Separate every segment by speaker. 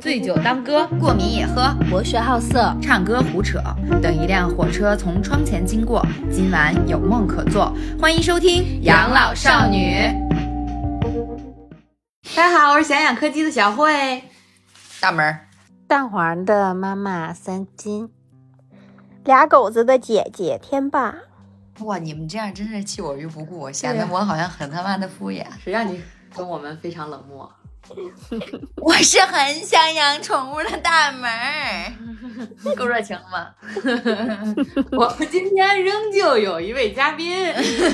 Speaker 1: 醉酒当歌，
Speaker 2: 过敏也喝，
Speaker 3: 博学好色，
Speaker 2: 唱歌胡扯。等一辆火车从窗前经过，今晚有梦可做。欢迎收听《养老少女》。大家好，我是想养柯基的小慧。大门儿，
Speaker 3: 蛋黄的妈妈三金，
Speaker 4: 俩狗子的姐姐天霸，
Speaker 2: 哇，你们这样真是弃我于不顾，显
Speaker 1: 对
Speaker 2: 得
Speaker 1: 呀
Speaker 2: 我好像很他妈的敷衍。
Speaker 1: 谁让你跟我们非常冷漠？
Speaker 2: 我是很想养宠物的大门儿， 够热情吗？
Speaker 1: 我们今天仍旧有一位嘉宾，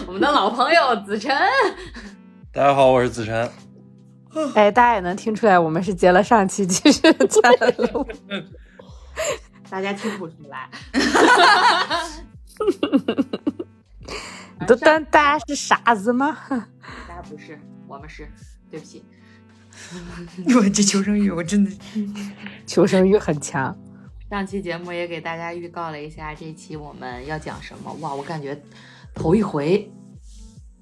Speaker 1: 我们的老朋友子晨。
Speaker 5: 大家好，我是子晨。
Speaker 3: 哎，大家也能听出来，我们是截了上期继续加的 录。
Speaker 1: 大家听不出 来，
Speaker 3: 都当大家是傻子吗？
Speaker 1: 大家不是，我们是，对不起。
Speaker 2: 我这求生欲，我真的
Speaker 3: 求生欲很强，
Speaker 1: 上期节目也给大家预告了一下，这期我们要讲什么。哇，我感觉头一回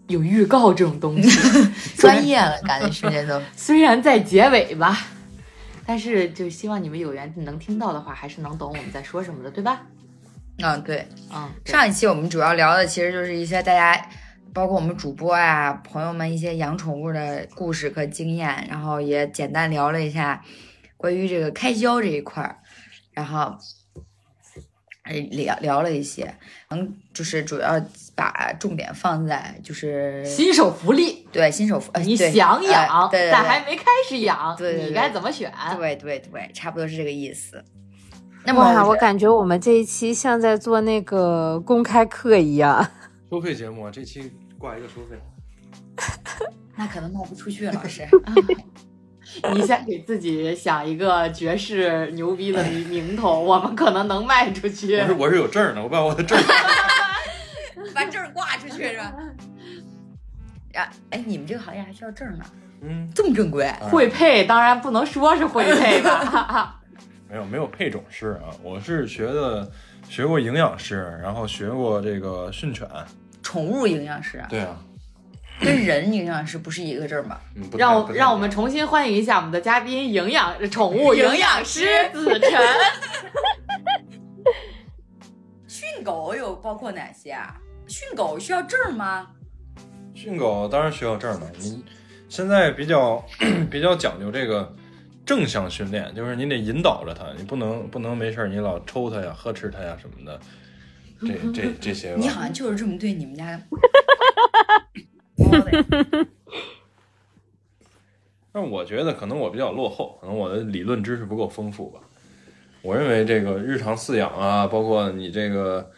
Speaker 1: 有预告这种东西，
Speaker 2: 专业了，感觉瞬间都。
Speaker 1: 虽然在结尾吧，但是就希望你们有缘能听到的话，还是能懂我们在说什么的，对吧？
Speaker 2: 嗯，对，
Speaker 1: 嗯，对
Speaker 2: 上一期我们主要聊的其实就是一些大家，包括我们主播啊、朋友们一些养宠物的故事和经验，然后也简单聊了一下关于这个开销这一块儿，然后哎聊聊了一些，嗯，就是主要把重点放在就是
Speaker 1: 新手福利，
Speaker 2: 对新手父呃
Speaker 1: 你
Speaker 2: 对
Speaker 1: 想
Speaker 2: 呃
Speaker 1: 养，
Speaker 2: 对对
Speaker 1: 但
Speaker 2: 对
Speaker 1: 还没开始养，
Speaker 2: 对对对
Speaker 1: 你该怎么选？
Speaker 2: 对对对，差不多是这个意思。那么
Speaker 3: 哇！
Speaker 2: 我
Speaker 3: 我感觉我们这一期像在做那个公开课一样。
Speaker 5: 收费节目啊，这期挂一个收费。
Speaker 2: 那可能卖不出去了，老师。
Speaker 1: 你先给自己想一个绝世牛逼的名名头，我们可能能卖出去
Speaker 5: 我。是我是有证儿的，我把我的证儿。
Speaker 2: 把证儿挂出去是 吧？啊，哎，你们这个行业还需要证儿呢，
Speaker 5: 嗯，
Speaker 2: 这么正规？
Speaker 1: 会配当然不能说是会配 吧，
Speaker 5: 没有没有配种师啊，我是学的学过营养师，然后学过这个训犬。
Speaker 2: 宠物营养师啊
Speaker 5: 对啊，
Speaker 2: 跟人营养师不是一个证儿吗？
Speaker 5: 嗯，不太
Speaker 1: 让
Speaker 5: 不
Speaker 1: 我
Speaker 5: 太
Speaker 1: 让我们重新欢迎一下我们的嘉宾营养宠物营养师子晨。
Speaker 2: 训狗有包括哪些啊？训狗需要证儿吗？
Speaker 5: 训狗当然需要证儿了。你现在比较 比较讲究这个正向训练，就是你得引导着它，你不能不能没事儿你老抽它呀、呵斥它呀什么的。这这这些吧
Speaker 2: 你，好像就是这么对你们家猫的呀。
Speaker 5: 但我觉得可能我比较落后，可能我的理论知识不够丰富吧。我认为这个日常饲养啊，包括你这个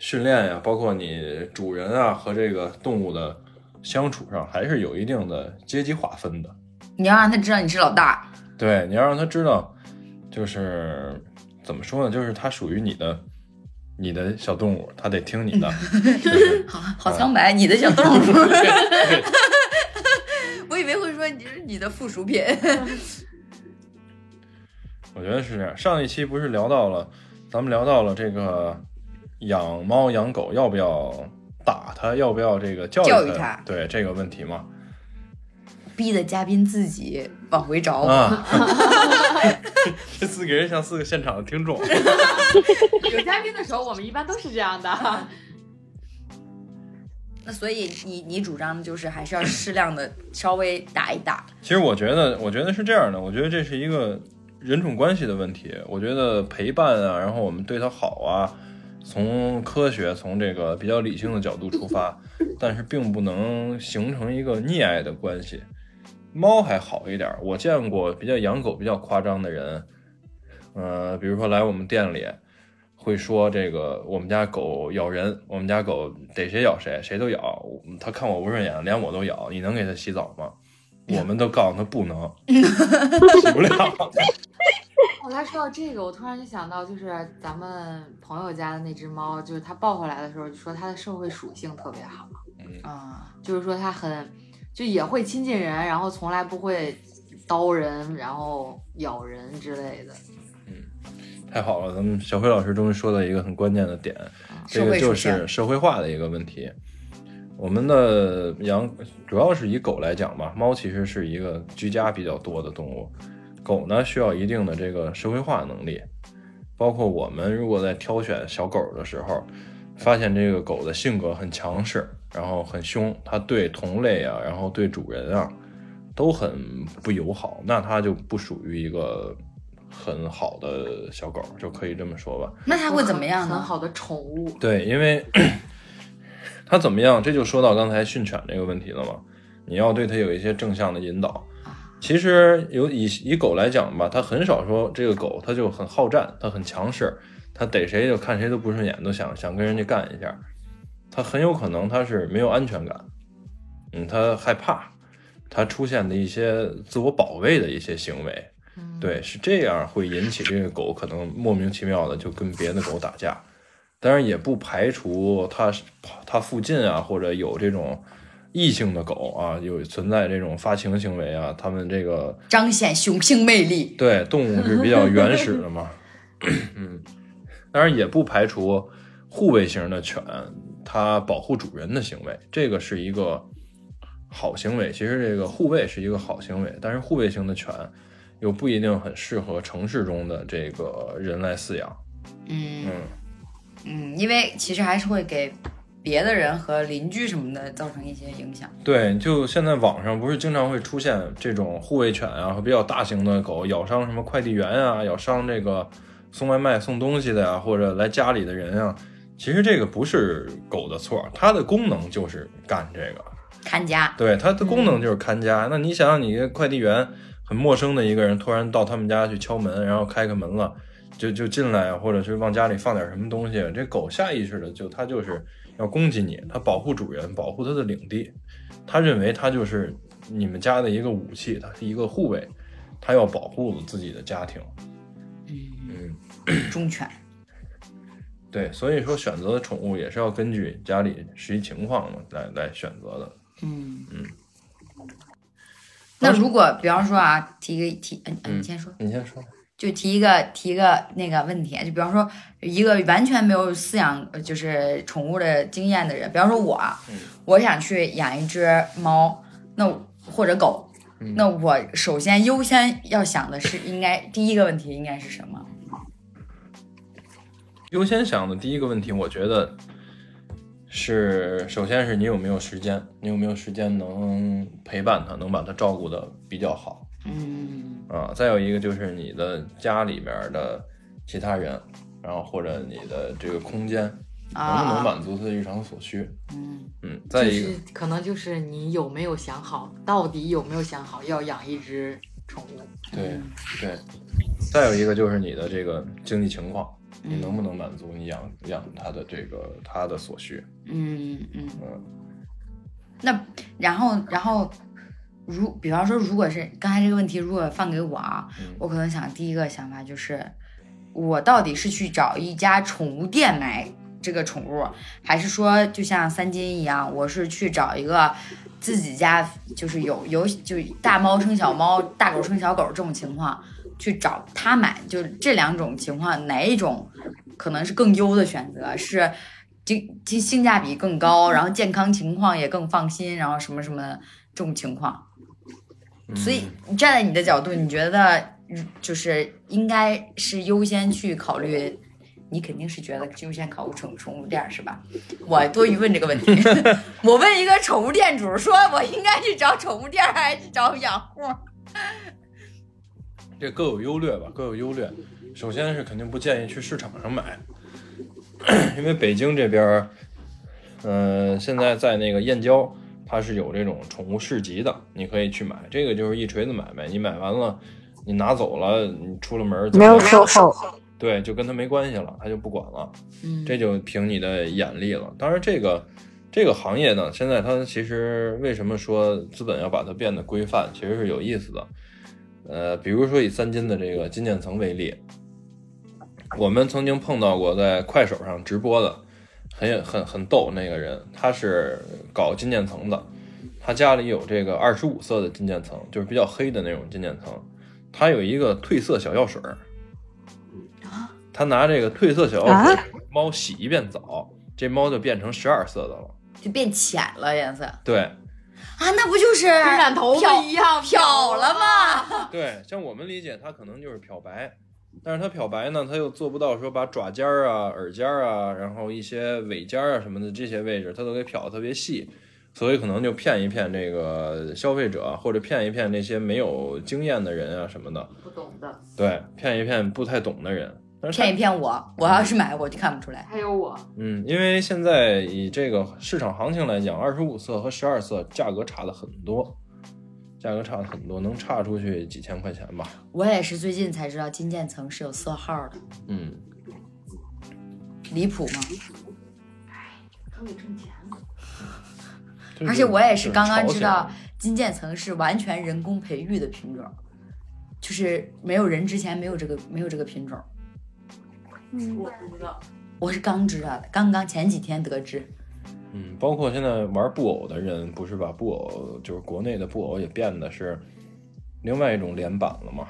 Speaker 5: 训练呀、包括你主人啊和这个动物的相处上，还是有一定的阶级划分的。
Speaker 2: 你要让它知道你是老大，
Speaker 5: 对，你要让他知道，就是怎么说呢，就是它属于你的，你的小动物，它得听你的。 就是
Speaker 2: 好好苍白，你的小动物。 我以为会说你是你的附属品。
Speaker 5: 我觉得是这样。上一期不是聊到了，咱们聊到了这个养猫养狗要不要打它，要不要这个教育
Speaker 2: 教育它
Speaker 5: 它，对这个问题嘛。
Speaker 2: 逼的嘉宾自己往回找，
Speaker 5: 啊，这四个人像四个现场的听众。
Speaker 1: 有嘉宾的时候，我们一般都是这样 的。
Speaker 2: 那所以你你主张的就是还是要适量的稍微打一打，
Speaker 5: 其实我觉得，我觉得是这样的，我觉得这是一个人宠关系的问题。我觉得陪伴啊，然后我们对它好啊，从科学、从这个比较理性的角度出发，但是并不能形成一个溺爱的关系。猫还好一点儿，我见过比较养狗比较夸张的人，呃，比如说来我们店里。会说这个我们家狗咬人，我们家狗逮谁咬谁，谁都咬。我它看我不顺眼，连我都咬。你能给它洗澡吗？我们都告诉他不能，洗不了。
Speaker 1: 后来哦说到这个，我突然就想到，就是咱们朋友家的那只猫，就是它抱回来的时候，就说它的社会属性特别好，
Speaker 2: 啊，
Speaker 1: 就是说它很就也会亲近人，然后从来不会刀人，然后咬人之类的。
Speaker 5: 太好了，咱们小辉老师终于说到一个很关键的点，这
Speaker 2: 社
Speaker 5: 个
Speaker 2: 会
Speaker 5: 就
Speaker 2: 属性
Speaker 5: 是社会化的一个问题。我们的养主要是以狗来讲吧，猫其实是一个居家比较多的动物，狗呢需要一定的这个社会化能力，包括我们如果在挑选小狗的时候，发现这个狗的性格很强势，然后很凶，它对同类啊，然后对主人啊都很不友好，那它就不属于一个很好的小狗，就可以这么说吧。
Speaker 2: 那它会怎么样
Speaker 1: 很
Speaker 2: 呢？
Speaker 1: 好的宠物，
Speaker 5: 对，因为 它怎么样，这就说到刚才训犬这个问题了嘛。你要对它有一些正向的引导。其实有以以狗来讲吧，它很少说这个狗它就很好战，它很强势，它逮谁就看谁都不顺眼，都想想跟人家干一下。它很有可能它是没有安全感，嗯，它害怕，它出现的一些自我保卫的一些行为，对，是这样会引起这个狗可能莫名其妙的就跟别的狗打架。当然也不排除它是它附近啊，或者有这种异性的狗啊，有存在这种发情行为啊，它们这个
Speaker 2: 彰显雄性魅力。
Speaker 5: 对动物是比较原始的嘛。 嗯，当然也不排除护卫型的犬，它保护主人的行为，这个是一个好行为。其实这个护卫是一个好行为，但是护卫型的犬又不一定很适合城市中的这个人来饲养。
Speaker 2: 嗯
Speaker 5: 嗯。
Speaker 2: 嗯，因为其实还是会给别的人和邻居什么的造成一些影响。
Speaker 5: 对，就现在网上不是经常会出现这种护卫犬啊，和比较大型的狗咬伤什么快递员啊，咬伤这个送外卖送东西的呀、或者来家里的人啊。其实这个不是狗的错，它的功能就是干这个，
Speaker 2: 看家，
Speaker 5: 对，它的功能就是看家。那你想想，你一个快递员很陌生的一个人，突然到他们家去敲门，然后开开门了，就就进来，或者是往家里放点什么东西，这狗下意识的就它就是要攻击你，它保护主人，保护它的领地，它认为它就是你们家的一个武器，它是一个护卫，它要保护自己的家庭。
Speaker 2: 嗯，
Speaker 5: 嗯，
Speaker 2: 忠犬。
Speaker 5: 对，所以说选择的宠物也是要根据家里实际情况来来选择的。
Speaker 2: 嗯
Speaker 5: 嗯。
Speaker 2: 那如果比方说啊，提个提，嗯，嗯
Speaker 5: 嗯
Speaker 2: 你先说，
Speaker 5: 你先说。
Speaker 2: 就提一个提一个那个问题啊，就比方说一个完全没有饲养呃就是宠物的经验的人，比方说我啊，
Speaker 5: 嗯
Speaker 2: 我想去养一只猫，那或者狗，
Speaker 5: 嗯
Speaker 2: 那我首先优先要想的是，应该第一个问题应该是什么？
Speaker 5: 优先想的第一个问题，我觉得是，首先是你有没有时间，你有没有时间能陪伴它，能把它照顾的比较好
Speaker 2: 嗯
Speaker 5: 啊。再有一个就是你的家里面的其他人，然后或者你的这个空间能不能
Speaker 2: 啊，
Speaker 5: 满足它的日常所需。
Speaker 2: 嗯，
Speaker 5: 嗯，再
Speaker 1: 就
Speaker 5: 一个
Speaker 1: 是可能就是你有没有想好，到底有没有想好要养一只宠物？
Speaker 5: 对
Speaker 2: 嗯
Speaker 5: 对，再有一个就是你的这个经济情况，你
Speaker 2: 嗯
Speaker 5: 能不能满足你养养它的这个它的所需？
Speaker 2: 嗯嗯
Speaker 5: 嗯，
Speaker 2: 那然后然后，如比方说，如果是刚才这个问题，如果放给我啊，
Speaker 5: 嗯
Speaker 2: 我可能想第一个想法就是，我到底是去找一家宠物店买这个宠物，还是说就像三金一样，我是去找一个自己家就是有有就大猫生小猫，大狗生小狗这种情况去找他买，就这两种情况哪一种可能是更优的选择是？经经性价比更高，然后健康情况也更放心，然后什么什么的这种情况，
Speaker 5: 嗯
Speaker 2: 所以你站在你的角度，你觉得嗯就是应该是优先去考虑，你肯定是觉得优先考虑宠宠物店是吧？我多余问这个问题，我问一个宠物店主，说我应该去找宠物店还是找养户？
Speaker 5: 这各有优劣吧，各有优劣。首先是肯定不建议去市场上买，因为北京这边儿，呃，现在在那个燕郊，它是有这种宠物市集的，你可以去买。这个就是一锤子买卖，你买完了，你拿走了，你出了门儿
Speaker 3: 没有
Speaker 5: 走了
Speaker 3: 售后，
Speaker 5: 对，就跟他没关系了，他就不管了。
Speaker 2: 嗯
Speaker 5: 这就凭你的眼力了。当然，这个这个行业呢，现在它其实为什么说资本要把它变得规范，其实是有意思的。呃，比如说以三金的这个金渐层为例，我们曾经碰到过在快手上直播的，很很很逗那个人，他是搞金渐层的，他家里有这个二十五色的金渐层，就是比较黑的那种金渐层，他有一个褪色小药水儿。他拿这个褪色小药水
Speaker 3: 啊
Speaker 5: 给猫洗一遍澡，这猫就变成十二色的了。
Speaker 2: 就变浅了颜色啊，
Speaker 5: 对，
Speaker 2: 那不就是
Speaker 1: 跟染头
Speaker 2: 漂
Speaker 1: 发一样
Speaker 2: 漂了吗？
Speaker 5: 对，像我们理解，它可能就是漂白，但是它漂白呢，它又做不到说把爪尖儿啊、耳尖儿啊，然后一些尾尖儿啊什么的这些位置，它都给漂得特别细，所以可能就骗一骗这个消费者，或者骗一骗那些没有经验的人啊什么的，
Speaker 1: 不懂的，
Speaker 5: 对，骗一骗不太懂的人。但是它
Speaker 2: 骗一骗我，我要是买我就看不出来。
Speaker 1: 还有我，
Speaker 5: 嗯，因为现在以这个市场行情来讲，二十五色和十二色价格差了很多，价格差了很多，能差出去几千块钱吧。
Speaker 2: 我也是最近才知道金渐层是有色号的，
Speaker 5: 嗯，
Speaker 2: 离谱吗？
Speaker 1: 可以挣钱。
Speaker 5: 这
Speaker 2: 而且我也是刚刚
Speaker 5: 就是
Speaker 2: 知
Speaker 5: 朝
Speaker 2: 道
Speaker 5: 鲜，
Speaker 2: 金渐层是完全人工培育的品种，就是没有人之前没有这个没有这个品种。
Speaker 4: 嗯
Speaker 1: 我不知道，
Speaker 2: 我是刚知道的，刚刚前几天得知。
Speaker 5: 嗯，包括现在玩布偶的人，不是把布偶就是国内的布偶也变得是另外一种脸版了嘛，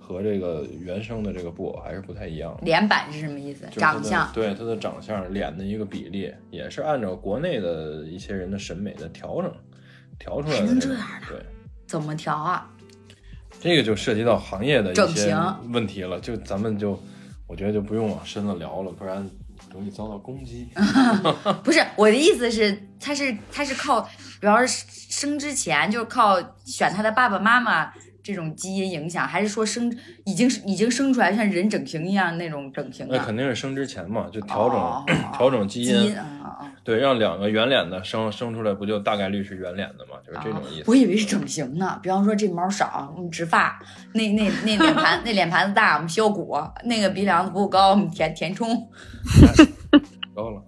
Speaker 5: 和这个原生的这个布偶还是不太一样的。
Speaker 2: 脸板是什么意思？
Speaker 5: 就是它的
Speaker 2: 长相
Speaker 5: 对它的长相、脸的一个比例，也是按照国内的一些人的审美的调整调出来的。
Speaker 2: 还能这样
Speaker 5: 对，
Speaker 2: 怎么调啊？
Speaker 5: 这个就涉及到行业的
Speaker 2: 整
Speaker 5: 一些
Speaker 2: 形
Speaker 5: 问题了，就咱们就我觉得就不用往深了聊了，不然容易遭到攻击。
Speaker 2: 嗯不是我的意思是，他是他是靠，比方说生之前就是靠选他的爸爸妈妈这种基因影响，还是说生已经已经生出来像人整形一样那种整形
Speaker 5: 那
Speaker 2: 啊？
Speaker 5: 肯定是生之前嘛，就调整、
Speaker 2: 哦
Speaker 5: 调整基
Speaker 2: 基
Speaker 5: 因，
Speaker 2: 因啊啊啊！
Speaker 5: 对，让两个圆脸的生生出来，不就大概率是圆脸的嘛，就是这种意
Speaker 2: 啊
Speaker 5: 思。
Speaker 2: 我以为是整形呢，比方说这毛少，我们植发；那那那脸盘 那脸盘子大，我们削骨；那个鼻梁子不够嗯高，我们填填充。
Speaker 5: 高了，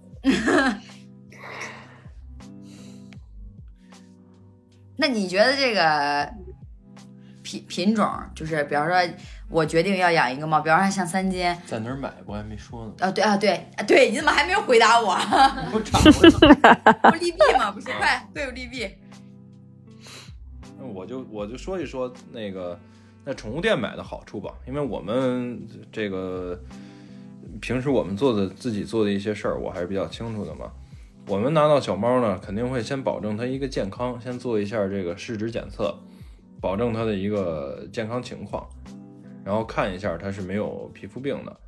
Speaker 2: 那你觉得这个品品种，就是比方说，我决定要养一个猫，比方说像三金，
Speaker 5: 在哪儿买我还没说呢。
Speaker 2: 啊对啊对啊对，你怎么还没有回答我？
Speaker 5: 不找我，
Speaker 2: 我利弊嘛，不是
Speaker 5: 啊
Speaker 2: 快对我利弊。
Speaker 5: 那我就我就说一说那个在宠物店买的好处吧，因为我们这个平时我们做的自己做的一些事儿，我还是比较清楚的嘛。我们拿到小猫呢，肯定会先保证它一个健康，先做一下这个试纸检测，保证它的一个健康情况，然后看一下它是没有皮肤病的。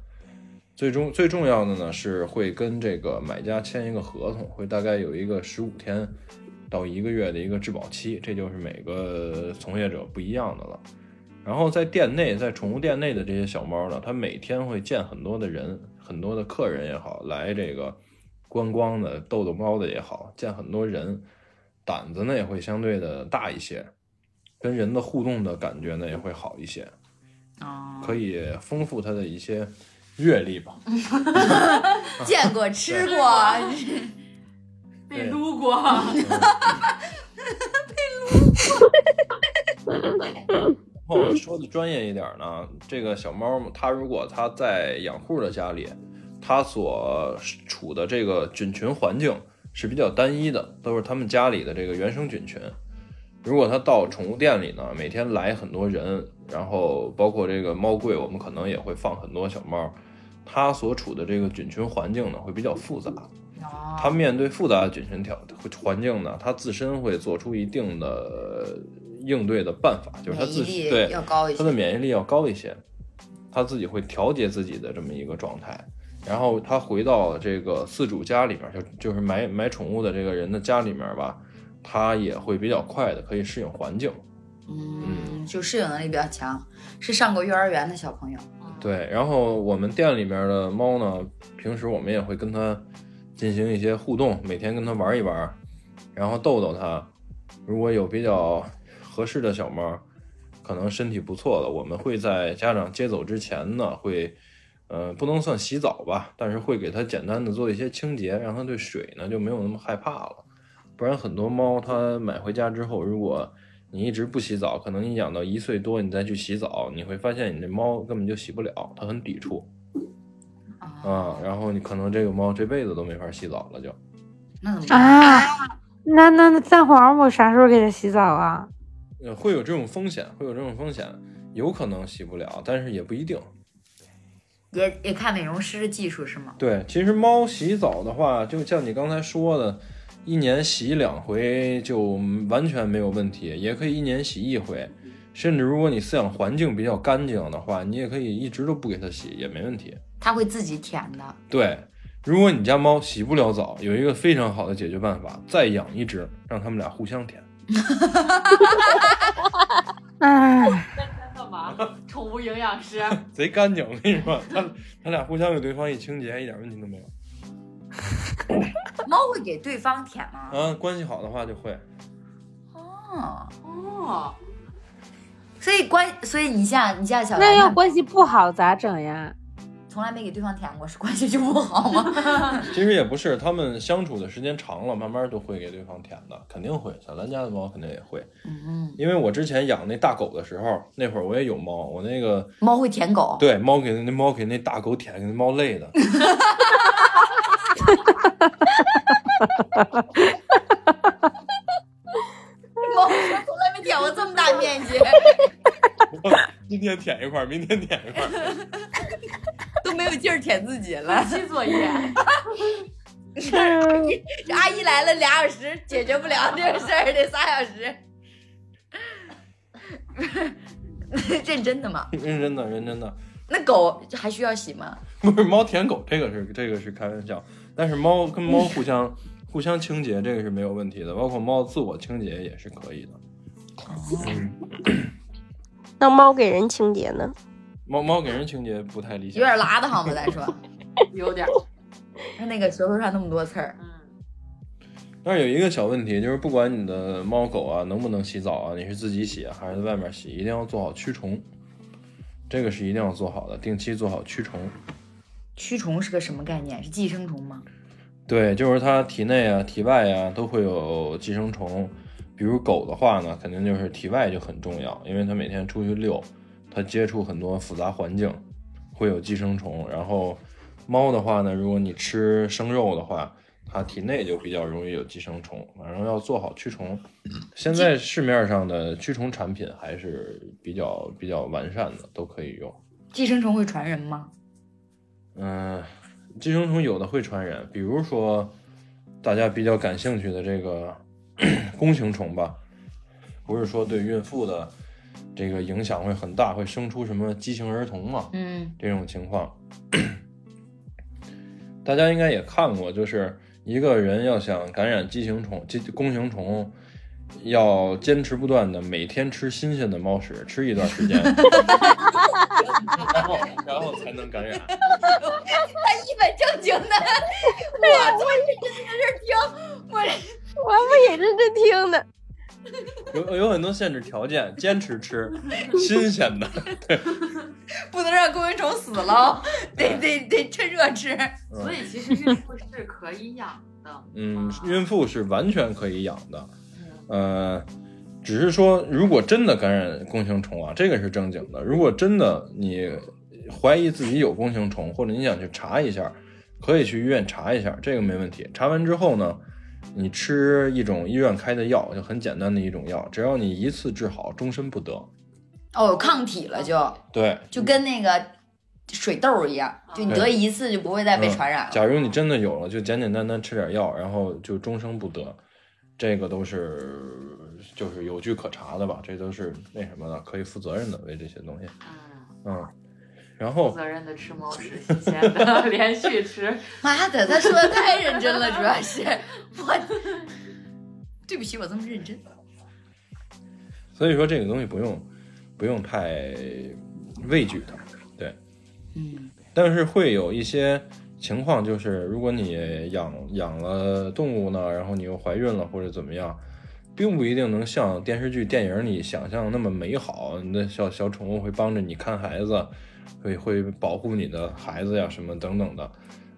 Speaker 5: 最终最重要的呢是会跟这个买家签一个合同，会大概有一个十五天到一个月的一个质保期，这就是每个从业者不一样的了。然后在店内，在宠物店内的这些小猫呢，它每天会见很多的人，很多的客人也好，来这个观光的、逗逗猫的也好，见很多人，胆子呢也会相对的大一些，跟人的互动的感觉呢也会好一些。
Speaker 2: 哦，
Speaker 5: 可以丰富他的一些阅历吧。
Speaker 2: 见过吃 过，
Speaker 1: 被撸过，
Speaker 5: 然后说的专业一点呢，这个小猫它如果它在养户的家里，它所处的这个菌群环境是比较单一的，都是他们家里的这个原生菌群。如果它到宠物店里呢，每天来很多人，然后包括这个猫柜，我们可能也会放很多小猫。它所处的这个菌群环境呢，会比较复杂，它面对复杂的菌群条环境呢，它自身会做出一定的呃应对的办法，就是它
Speaker 2: 免疫
Speaker 5: 自己
Speaker 2: 力
Speaker 5: 对
Speaker 2: 要高一
Speaker 5: 它
Speaker 2: 些
Speaker 5: 的。免疫力要高一些，它自己会调节自己的这么一个状态。然后它回到这个饲主家里面，就就是买买宠物的这个人的家里面吧，它也会比较快的可以适应环境。
Speaker 2: 嗯，就适应能力比较强，是上过幼儿园的小朋友。
Speaker 5: 对，然后我们店里面的猫呢，平时我们也会跟它进行一些互动，每天跟它玩一玩，然后逗逗它。如果有比较合适的小猫，可能身体不错的，我们会在家长接走之前呢，会，呃，不能算洗澡吧，但是会给它简单的做一些清洁，让它对水呢就没有那么害怕了。不然很多猫它买回家之后，如果你一直不洗澡，可能你养到一岁多你再去洗澡，你会发现你这猫根本就洗不了，它很抵触啊。然后你可能这个猫这辈子都没法洗澡了就，
Speaker 2: 那怎么办？
Speaker 3: 啊，那那那蛋黄，我啥时候给它洗澡啊？
Speaker 5: 呃，会有这种风险，会有这种风险，有可能洗不了，但是也不一定。
Speaker 2: 也也看美容师的技术是吗？
Speaker 5: 对，其实猫洗澡的话，就像你刚才说的，一年洗两回就完全没有问题，也可以一年洗一回，甚至如果你饲养环境比较干净的话，你也可以一直都不给它洗也没问题。
Speaker 2: 它会自己舔的。
Speaker 5: 对，如果你家猫洗不了澡，有一个非常好的解决办法，再养一只，让它们俩互相舔。
Speaker 3: 哎，
Speaker 1: 干嘛？宠物营养 师，
Speaker 5: 贼干净，我跟你 说，它它俩互相给对方一清洁，一点问题都没有。
Speaker 2: 猫会给对方舔吗？
Speaker 5: 啊，关系好的话就会，
Speaker 2: 哦，
Speaker 1: 哦，
Speaker 2: 所以关，所以你像你像小
Speaker 3: 那
Speaker 2: 兰
Speaker 3: 要
Speaker 2: 她
Speaker 3: 关系不好咋整呀？
Speaker 2: 从来没给对方舔过，是关系就不好吗？
Speaker 5: 其实也不是，它们相处的时间长了，慢慢就会给对方舔的，肯定会。小兰家的猫肯定也会，
Speaker 2: 嗯，
Speaker 5: 因为我之前养那大狗的时候，那会儿我也有猫，我那个
Speaker 2: 猫会舔狗。
Speaker 5: 对猫给那猫给那大狗舔，给那猫累 的。
Speaker 2: 猫从来没舔过这么大面积，
Speaker 5: 今天舔一块儿，明天舔一块儿。
Speaker 2: 都没有劲儿舔自己了。
Speaker 1: 期作业，
Speaker 2: 这 阿姨来了俩小时，解决不了这个事儿，得仨小时。 认真的吗？
Speaker 5: 认真的，认真的，
Speaker 2: 那狗还需要洗吗？
Speaker 5: 不是猫舔狗，这个是这个是开玩笑，但是猫跟猫
Speaker 2: 嗯
Speaker 5: 互相互相清洁，这个是没有问题的，包括猫自我清洁也是可以的。
Speaker 4: 那猫给人清洁呢？
Speaker 5: 猫猫给人清洁不太理
Speaker 2: 有
Speaker 5: 想，
Speaker 2: 点拉的慌吧？咱说，
Speaker 1: 有点儿，
Speaker 2: 它那个舌头上那么多刺儿，
Speaker 1: 嗯，
Speaker 5: 但是有一个小问题，就是不管你的猫狗啊能不能洗澡啊，你是自己洗啊还是在外面洗，一定要做好驱虫，这个是一定要做好的，定期做好驱虫。
Speaker 2: 驱虫是个什么概念？是寄生虫吗？
Speaker 5: 对，就是它体内啊、体外啊都会有寄生虫。比如狗的话呢，肯定就是体外就很重要，因为它每天出去遛，它接触很多复杂环境，会有寄生虫。然后猫的话呢，如果你吃生肉的话，它体内就比较容易有寄生虫，反正要做好驱虫。现在市面上的驱虫产品还是比较比较完善的，都可以用。
Speaker 2: 寄生虫会传人吗？
Speaker 5: 嗯，寄生虫有的会传染，比如说大家比较感兴趣的这个 弓形虫吧，不是说对孕妇的这个影响会很大，会生出什么畸形儿童嘛？
Speaker 2: 嗯，
Speaker 5: 这种情况， 大家应该也看过，就是一个人要想感染畸形虫、畸弓形虫，要坚持不断的每天吃新鲜的猫屎，吃一段时间， 然后然后才能感染。
Speaker 2: 他一本正经的，我坐认真在这听，我
Speaker 4: 我还不也认真听呢。
Speaker 5: 有有很多限制条件，坚持吃新鲜的。嗯
Speaker 2: 不能让弓形虫死了，哦得得得趁热吃。
Speaker 1: 所以其实孕妇是可以养的，
Speaker 5: 嗯
Speaker 1: 吗，
Speaker 5: 孕妇是完全可以养的，呃，只是说如果真的感染弓形虫啊，这个是正经的。如果真的你怀疑自己有弓形虫，或者你想去查一下，可以去医院查一下，这个没问题。查完之后呢，你吃一种医院开的药，就很简单的一种药，只要你一次治好，终身不得。
Speaker 2: 哦，有抗体了就
Speaker 5: 对，
Speaker 2: 就跟那个水痘儿一样，就你得
Speaker 5: 对
Speaker 2: 一次就不会再被传染了。
Speaker 5: 嗯假如你真的有了，就简简单单吃点药，然后就终生不得，这个都是就是有据可查的吧？这都是那什么的，可以负责任的为这些东西。
Speaker 1: 嗯，
Speaker 5: 嗯，然
Speaker 1: 负
Speaker 5: 后
Speaker 1: 责任的吃猫屎，新鲜的， 连续吃，
Speaker 2: 妈的，他说的太认真了，主要是我。对不起，我这么认真。
Speaker 5: 所以说这个东西不用不用太畏惧它，对，
Speaker 2: 嗯，
Speaker 5: 但是会有一些情况，就是如果你养养了动物呢，然后你又怀孕了或者怎么样，并不一定能像电视剧、电影里想象那么美好。你的小小宠物会帮着你看孩子，会会保护你的孩子呀什么等等的，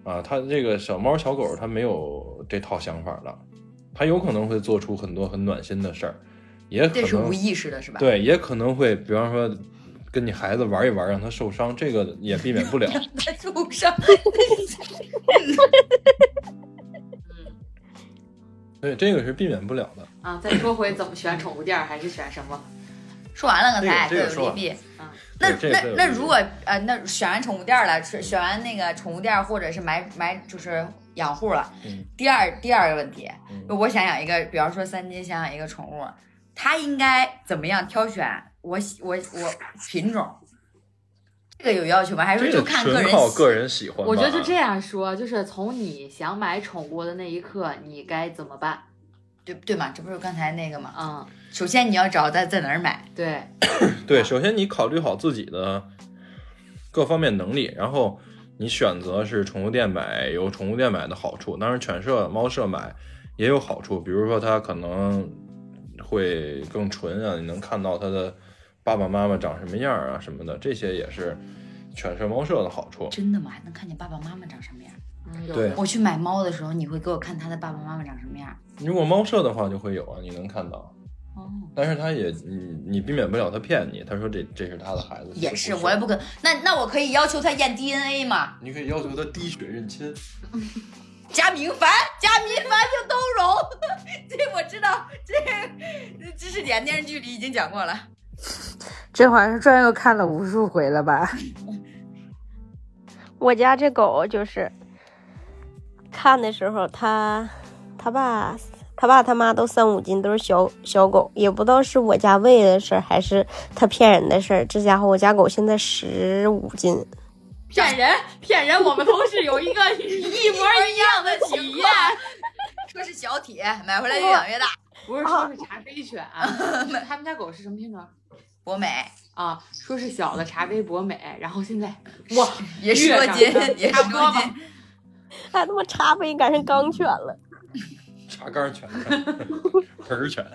Speaker 5: 啊，它这个小猫小狗它没有这套想法的，它有可能会做出很多很暖心的事儿，也可
Speaker 2: 这是
Speaker 5: 能
Speaker 2: 无意识的，是吧？，
Speaker 5: 对，也可能会，比方说跟你孩子玩一玩，让他受伤，这个也避免不 了。
Speaker 2: 他受伤。
Speaker 1: 嗯，
Speaker 5: 对，这个是避免不了的。
Speaker 1: 啊，再说回怎么选宠物店儿，还是选什么？
Speaker 2: 说完了，刚才
Speaker 5: 这
Speaker 2: 各
Speaker 5: 个
Speaker 2: 有
Speaker 5: 这个说
Speaker 2: 利
Speaker 5: 完
Speaker 2: 弊。那
Speaker 5: 对这个
Speaker 2: 那
Speaker 5: 这个
Speaker 2: 那
Speaker 5: 有
Speaker 2: 如果呃，那选完宠物店儿了，选选完那个宠物店儿或者是买买就是养护了，
Speaker 5: 嗯
Speaker 2: 第二第二个问题，
Speaker 5: 嗯
Speaker 2: 我想养一个，比方说三金想养一个宠物，它应该怎么样挑选我喜我我品种，这个有要求吗？还是
Speaker 5: 这
Speaker 2: 说
Speaker 5: 个
Speaker 2: 就看个
Speaker 5: 纯
Speaker 2: 人
Speaker 5: 靠
Speaker 2: 喜
Speaker 5: 个人喜欢吧。
Speaker 1: 我觉得就这样说，就是从你想买宠物的那一刻，你该怎么办？
Speaker 2: 对对嘛？这不是刚才那个嘛？
Speaker 1: 嗯，
Speaker 2: 首先你要找在在哪儿买，
Speaker 1: 对，
Speaker 5: 对，首先你考虑好自己的各方面能力，然后你选择是宠物店买，有宠物店买的好处。当然，犬舍、猫舍买也有好处，比如说它可能会更纯啊，你能看到它的爸爸妈妈长什么样啊什么的，这些也是犬舍、猫舍的好处。
Speaker 2: 真的吗？还能看见爸爸妈妈长什么样？
Speaker 1: 嗯，有
Speaker 5: 对
Speaker 1: 的
Speaker 2: 我去买猫的时候，你会给我看它的爸爸妈妈长什么样？
Speaker 5: 如果猫舍的话，就会有啊，你能看到。
Speaker 2: 哦，
Speaker 5: 但是它也，你你避免不了它骗你，他说这这是他的孩子，其实
Speaker 2: 也是，
Speaker 5: 不
Speaker 2: 我也不可那那我可以要求他验 DNA 吗？
Speaker 5: 你可以要求他滴血认亲。
Speaker 2: 加明矾，加明矾就都融。 这我知道，这知识点电视剧里已经讲过了。
Speaker 3: 《甄嬛传》又看了无数回了吧？
Speaker 4: 我家这狗就是看的时候，它它爸它爸它妈都三五斤，都是小小狗，也不知道是我家喂的事儿，还是它骗人的事儿。这家伙，我家狗现在十五斤，
Speaker 1: 骗人骗人，我们同事有一个一模一样的体 验，
Speaker 2: 说是小铁，买回来越养越大。
Speaker 1: 不是说是茶杯犬， 他们家狗是什么品种？
Speaker 2: 博美
Speaker 1: 啊，说是小的茶杯博美，然后现在哇，
Speaker 2: 也是多斤 也
Speaker 1: 越长，差
Speaker 2: 是
Speaker 1: 不
Speaker 2: 多
Speaker 1: 多吧
Speaker 2: 斤。
Speaker 4: 它他妈茶杯赶上钢犬了。
Speaker 5: 查岗犬、 盆儿犬，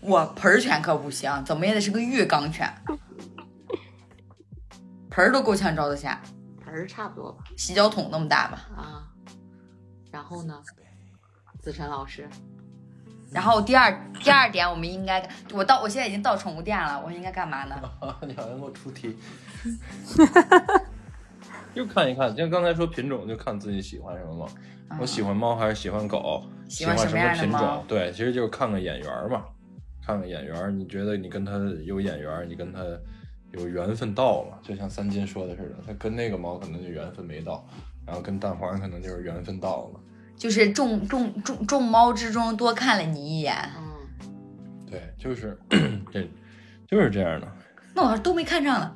Speaker 2: 我盆儿犬可不行，怎么也得是个浴缸犬，盆儿都够呛装得下，
Speaker 1: 盆儿差不多吧
Speaker 2: 洗脚桶那么大吧。
Speaker 1: 啊。然后呢，子晨老师，
Speaker 2: 然后第二第二点，我们应该我到我现在已经到宠物店了，我应该干嘛呢？
Speaker 5: 你好像给我出题。就看一看，像刚才说品种，就看自己喜欢什么嘛。
Speaker 2: 嗯
Speaker 5: 我喜欢猫还是喜欢狗？
Speaker 2: 喜
Speaker 5: 喜
Speaker 2: 欢
Speaker 5: 欢
Speaker 2: 什么样的
Speaker 5: 品
Speaker 2: 猫
Speaker 5: 种？对，其实就是看看眼缘儿嘛，看看眼缘儿。你觉得你跟它有眼缘儿，你跟它有缘分到嘛？就像三金说的似的，它跟那个猫可能就缘分没到，然后跟蛋黄可能就是缘分到了。
Speaker 2: 就是众众众众猫之中多看了你一眼。
Speaker 1: 嗯，
Speaker 5: 对，就是 这，就是这样的，
Speaker 2: 那我要是都没看上了，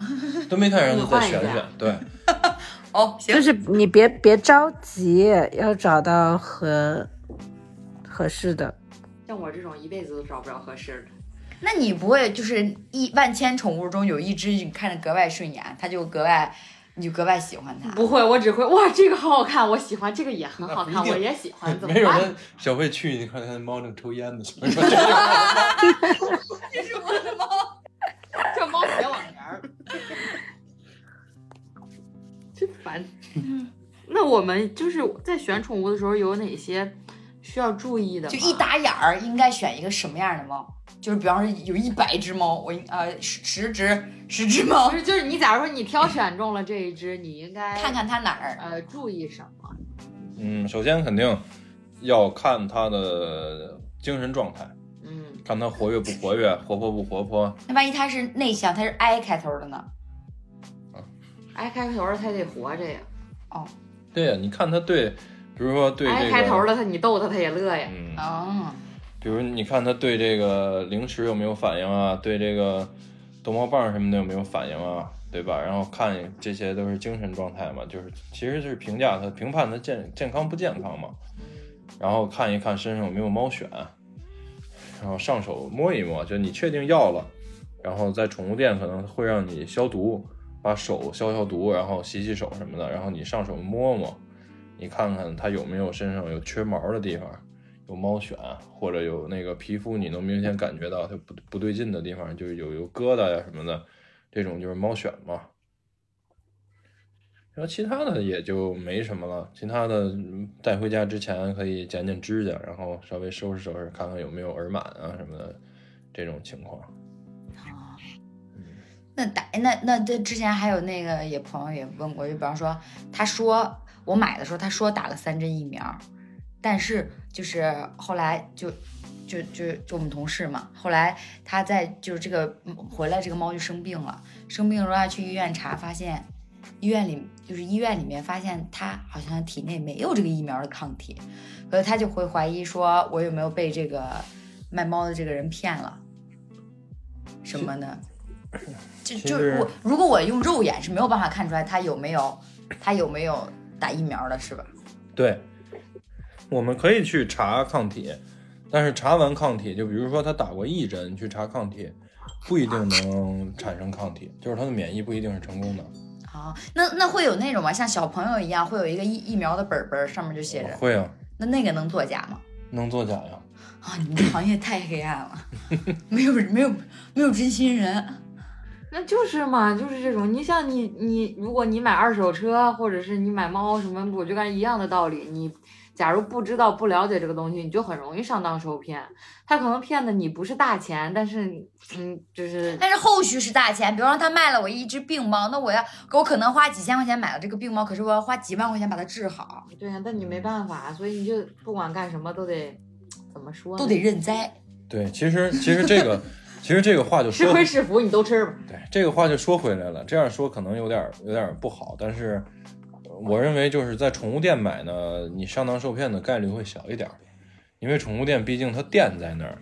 Speaker 5: 都没看上
Speaker 1: 你
Speaker 5: 就再
Speaker 1: 换一
Speaker 5: 选
Speaker 1: 个
Speaker 5: 选。 对，
Speaker 2: 哦，行
Speaker 3: 就，是你别别着急，要找到合合适的。
Speaker 1: 像我这种一辈子都找不着合适的，
Speaker 2: 那你不会就是一万千宠物中有一只你看着格外顺眼，它就格外你就格外喜欢它？
Speaker 1: 不会，我只会哇，这个好好看，我喜欢，这个也很
Speaker 5: 那
Speaker 1: 好
Speaker 5: 不
Speaker 1: 看，
Speaker 5: 一定
Speaker 1: 我也喜欢，怎么
Speaker 5: 没有
Speaker 1: 办？
Speaker 5: 人小慧去，你看他的猫正抽烟呢，
Speaker 2: 这是我的猫，
Speaker 1: 这猫写我名儿，真烦。那我们就是在选宠物的时候有哪些需要注意的吗？
Speaker 2: 就一打眼儿应该选一个什么样的猫？就是比方说有一百只猫，我应呃十十只十只猫
Speaker 1: 不，是，就是你，假如说你挑选中了这一只，你应该
Speaker 2: 看看它哪儿
Speaker 1: 呃注意什么？
Speaker 5: 嗯，首先肯定要看他的精神状态，
Speaker 1: 嗯，
Speaker 5: 看他活跃不活跃，活泼不活泼。
Speaker 2: 那万一它是内向，它是 I 开头的呢？
Speaker 1: 挨开头的它得活着呀，
Speaker 5: 对呀，你看他对，比如说对这
Speaker 1: 挨
Speaker 5: 个，
Speaker 1: 哎开头的它你逗它它也乐呀。
Speaker 5: 嗯，
Speaker 2: 哦，
Speaker 5: 比如你看他对这个零食有没有反应啊，对这个逗猫棒什么的有没有反应啊，对吧？然后看这些都是精神状态嘛，就是其实就是评价他、评判他健健康不健康嘛。然后看一看身上有没有猫癣，然后上手摸一摸，就你确定要了，然后在宠物店可能会让你消毒，把手消消毒，然后洗洗手什么的，然后你上手摸摸，你看看它有没有身上有缺毛的地方，有猫癣或者有那个皮肤你能明显感觉到它不不对劲的地方，就是有有疙瘩呀什么的，这种就是猫癣嘛。然后其他的也就没什么了，其他的嗯带回家之前可以剪剪指甲，然后稍微收拾收拾，看看有没有耳螨啊什么的这种情况。
Speaker 2: 那打那那这之前还有那个也朋友也问过，就比方说，他说我买的时候他说打了三针疫苗，但是就是后来就就就就我们同事嘛，后来他在就是这个嗯回来这个猫就生病了，生病的时候他去医院查，发现医院里就是医院里面发现他好像体内没有这个疫苗的抗体，所以他就会怀疑说我有没有被这个卖猫的这个人骗了。什么的。就
Speaker 5: 其
Speaker 2: 就
Speaker 5: 实
Speaker 2: 我如果我用肉眼是没有办法看出来他有没有他有没有打疫苗的，是吧？
Speaker 5: 对，我们可以去查抗体，但是查完抗体，就比如说他打过一针，你去查抗体，不一定能产生抗体，就是他的免疫不一定是成功的。
Speaker 2: 啊，那那会有那种吗？像小朋友一样，会有一个疫疫苗的本本儿，上面就写着，
Speaker 5: 会啊，
Speaker 2: 那那个能作假吗？
Speaker 5: 能作假呀？
Speaker 2: 啊，你们这行业太黑暗了， 没有没有没有真心人。
Speaker 1: 那就是嘛，就是这种。你像你你，如果你买二手车，或者是你买猫什么，我就感觉一样的道理。你假如不知道、不了解这个东西，你就很容易上当受骗。他可能骗的你不是大钱，但是嗯，就是
Speaker 2: 但是后续是大钱，比方说他卖了我一只病猫，那我要我可能花几千块钱买了这个病猫，可是我要花几万块钱把它治好，
Speaker 1: 对呀，但你没办法，所以你就不管干什么都得怎么说呢？
Speaker 2: 都得认栽。
Speaker 5: 对，其实其实这个其实这个话就说
Speaker 1: 吃亏是福，你都吃吧。
Speaker 5: 对，这个话就说回来了，这样说可能有点儿有点儿不好，但是呃我认为就是在宠物店买呢，你上当受骗的概率会小一点儿，因为宠物店毕竟它店在那儿，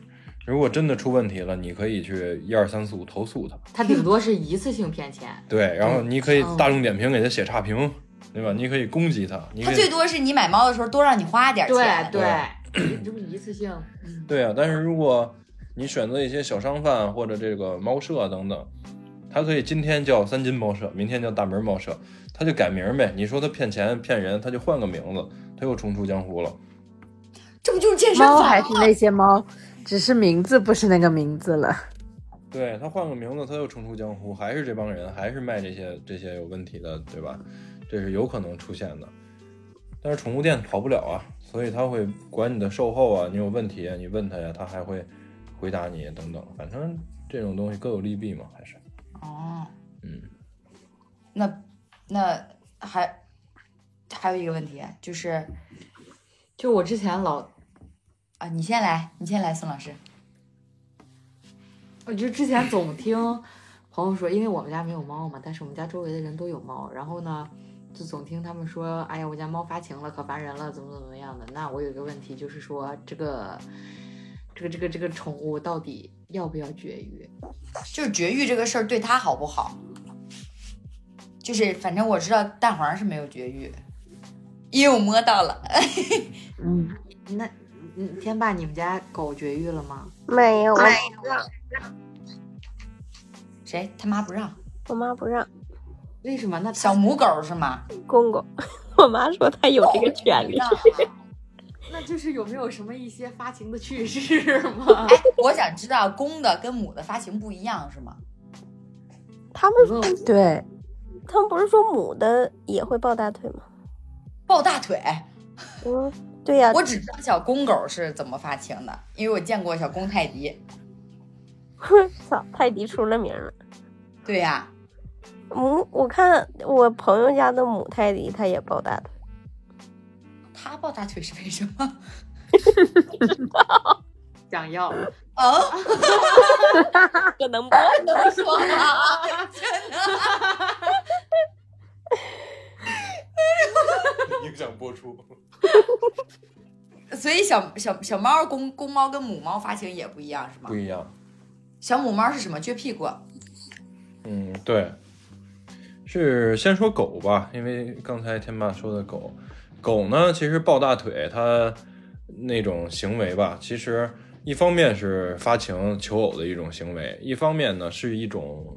Speaker 5: 如果真的出问题了，你可以去一二三四五投诉它，
Speaker 1: 他顶多是一次性骗 钱，
Speaker 5: 对，然后你可以
Speaker 1: 哦
Speaker 5: 大众点评给它写差评，对吧？你可以攻击它，你
Speaker 2: 他
Speaker 5: 可
Speaker 2: 最
Speaker 5: 以
Speaker 2: 多是你买猫的时候多让你花点
Speaker 1: 对
Speaker 2: 钱。
Speaker 1: 对，这不一次性。嗯，
Speaker 5: 对啊，但是如果你选择一些小商贩或者这个猫舍等等。它可以今天叫三金猫舍，明天叫大门猫舍，它就改名儿呗。你说它骗钱骗人，它就换个名字，它又重出江湖了。
Speaker 2: 这不就是健身
Speaker 3: 猫
Speaker 2: 房
Speaker 3: 还
Speaker 2: 吗
Speaker 3: 是？那些猫，只是名字不是那个名字了。
Speaker 5: 对他换个名字，他又重出江湖，还是这帮人，还是卖这些这些有问题的，对吧？这是有可能出现的。但是宠物店跑不了啊，所以他会管你的售后啊，你有问题啊，你问他呀，他还会回答你等等。反正这种东西各有利弊嘛，还是
Speaker 2: 哦，
Speaker 5: 嗯，
Speaker 2: 那那还还有一个问题就是
Speaker 1: 就我之前老
Speaker 2: 啊，你先来，你先来，孙老师。
Speaker 1: 我呃就之前总听朋友说，因为我们家没有猫嘛，但是我们家周围的人都有猫，然后呢，就总听他们说，哎呀，我家猫发情了，可烦人了，怎么怎么样的。那我有一个问题，就是说这个，这个这个这个宠物到底要不要绝育？
Speaker 2: 就是绝育这个事儿对他好不好？就是反正我知道蛋黄是没有绝育，因为我摸到了。
Speaker 3: 嗯，
Speaker 1: 那，嗯，天霸，你们家狗绝育了吗？
Speaker 4: 没有，我
Speaker 2: 谁他妈不让？
Speaker 4: 我妈不让
Speaker 1: 为什么？那
Speaker 2: 小
Speaker 1: 它
Speaker 2: 母狗是吗？
Speaker 4: 公 公，我妈说她有这个权利
Speaker 2: 不。让啊
Speaker 1: 那就是有没有什么一些发情的趣事吗？
Speaker 2: 哎，我想知道公的跟母的发情不一样是吗？
Speaker 4: 他
Speaker 1: 你
Speaker 4: 们
Speaker 1: 问我
Speaker 3: 对，
Speaker 4: 他们不是说母的也会抱大腿吗？
Speaker 2: 抱大腿，
Speaker 4: 嗯，对呀、
Speaker 2: 我只知道小公狗是怎么发情的，因为我见过小公泰迪。
Speaker 4: 操，泰迪出了名了。
Speaker 2: 对呀、
Speaker 4: 母，我看我朋友家的母泰迪，它也抱大腿。
Speaker 2: 他抱大腿是为什么？
Speaker 1: 想要，
Speaker 2: 哦，
Speaker 4: 可啊能吧。
Speaker 2: 能说吗？真的。
Speaker 5: 影响播出。
Speaker 2: 所以小小小猫公公猫跟母猫发情也不一样是吗
Speaker 5: 不？一样，
Speaker 2: 小母猫是什么？撅屁股。
Speaker 5: 嗯，对，是先说狗吧，因为刚才天霸说的狗，狗呢其实抱大腿它那种行为吧，其实一方面是发情求偶的一种行为，一方面呢是一种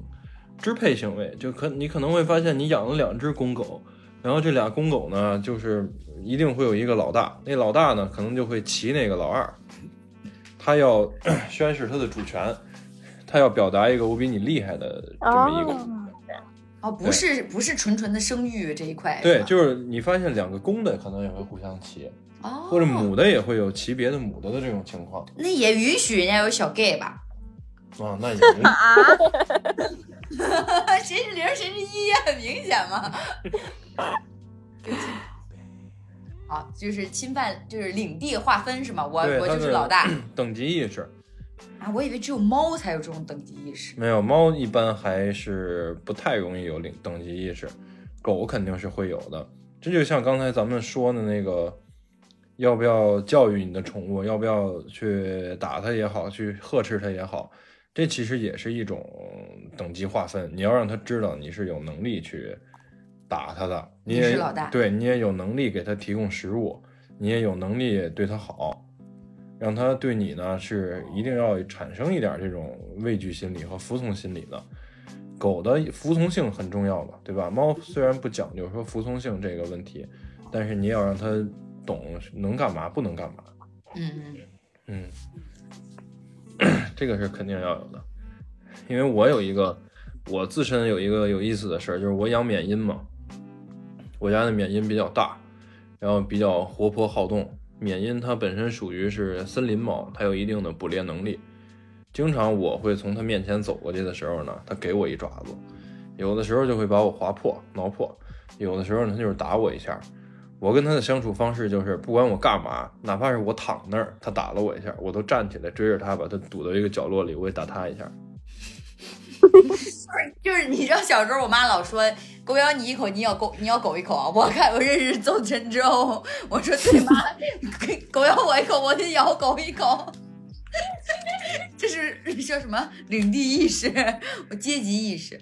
Speaker 5: 支配行为，就可你可能会发现你养了两只公狗。然后这俩公狗呢，就是一定会有一个老大，那老大呢可能就会骑那个老二，他要宣示他的主权，他要表达一个我比你厉害的这么一个
Speaker 2: 哦，不是不是纯纯的生育这一块，
Speaker 5: 对，
Speaker 2: 吧
Speaker 5: 就是你发现两个公的可能也会互相骑，
Speaker 2: 哦，
Speaker 5: 或者母的也会有骑别的母的的这种情况
Speaker 2: 那也允许人家有小 gay 吧？
Speaker 5: 啊。那也是
Speaker 2: 谁是零谁是一呀，很明显嘛。 好，就是侵犯，就是领地划分是吗？我
Speaker 5: 对
Speaker 2: 我
Speaker 5: 它
Speaker 2: 就是
Speaker 5: 是
Speaker 2: 老大
Speaker 5: 等级意识，
Speaker 2: 啊！我以为只有猫才有这种等级意识。嗯
Speaker 5: 没有猫一般还是不太容易有领等级意识，狗肯定是会有的。这就像刚才咱们说的那个，要不要教育你的宠物，要不要去打它也好，去呵斥它也好，这其实也是一种等级划分。你要让他知道你是有能力去打他的，你
Speaker 2: 你
Speaker 5: 也
Speaker 2: 是老大
Speaker 5: 对你也有能力给他提供食物，你也有能力对他好，让他对你呢是一定要产生一点这种畏惧心理和服从心理的。狗的服从性很重要嘛，对吧？猫虽然不讲究说服从性这个问题，但是你也要让它懂能干嘛，不能干嘛。
Speaker 2: 嗯
Speaker 5: 嗯， 这个是肯定要有的，因为我有一个我自身有一个有意思的事儿，就是我养缅因嘛，我家的缅因比较大，然后比较活泼好动。缅因它本身属于是森林猫，它有一定的捕猎能力。经常我会从它面前走过去的时候呢，它给我一爪子，有的时候就会把我划破、挠破，有的时候呢，它就是打我一下。我跟他的相处方式就是，不管我干嘛，哪怕是我躺那儿，他打了我一下，我都站起来追着他，把他堵到一个角落里，我也打他一下。
Speaker 2: 嗯，就是你知道小时候我妈老说狗咬你一口，你咬狗你咬狗一口啊。我看我认识邹晨之后，我说对妈，狗咬我一口，我得咬狗一口。 这是叫什么领地意识，我阶级意识。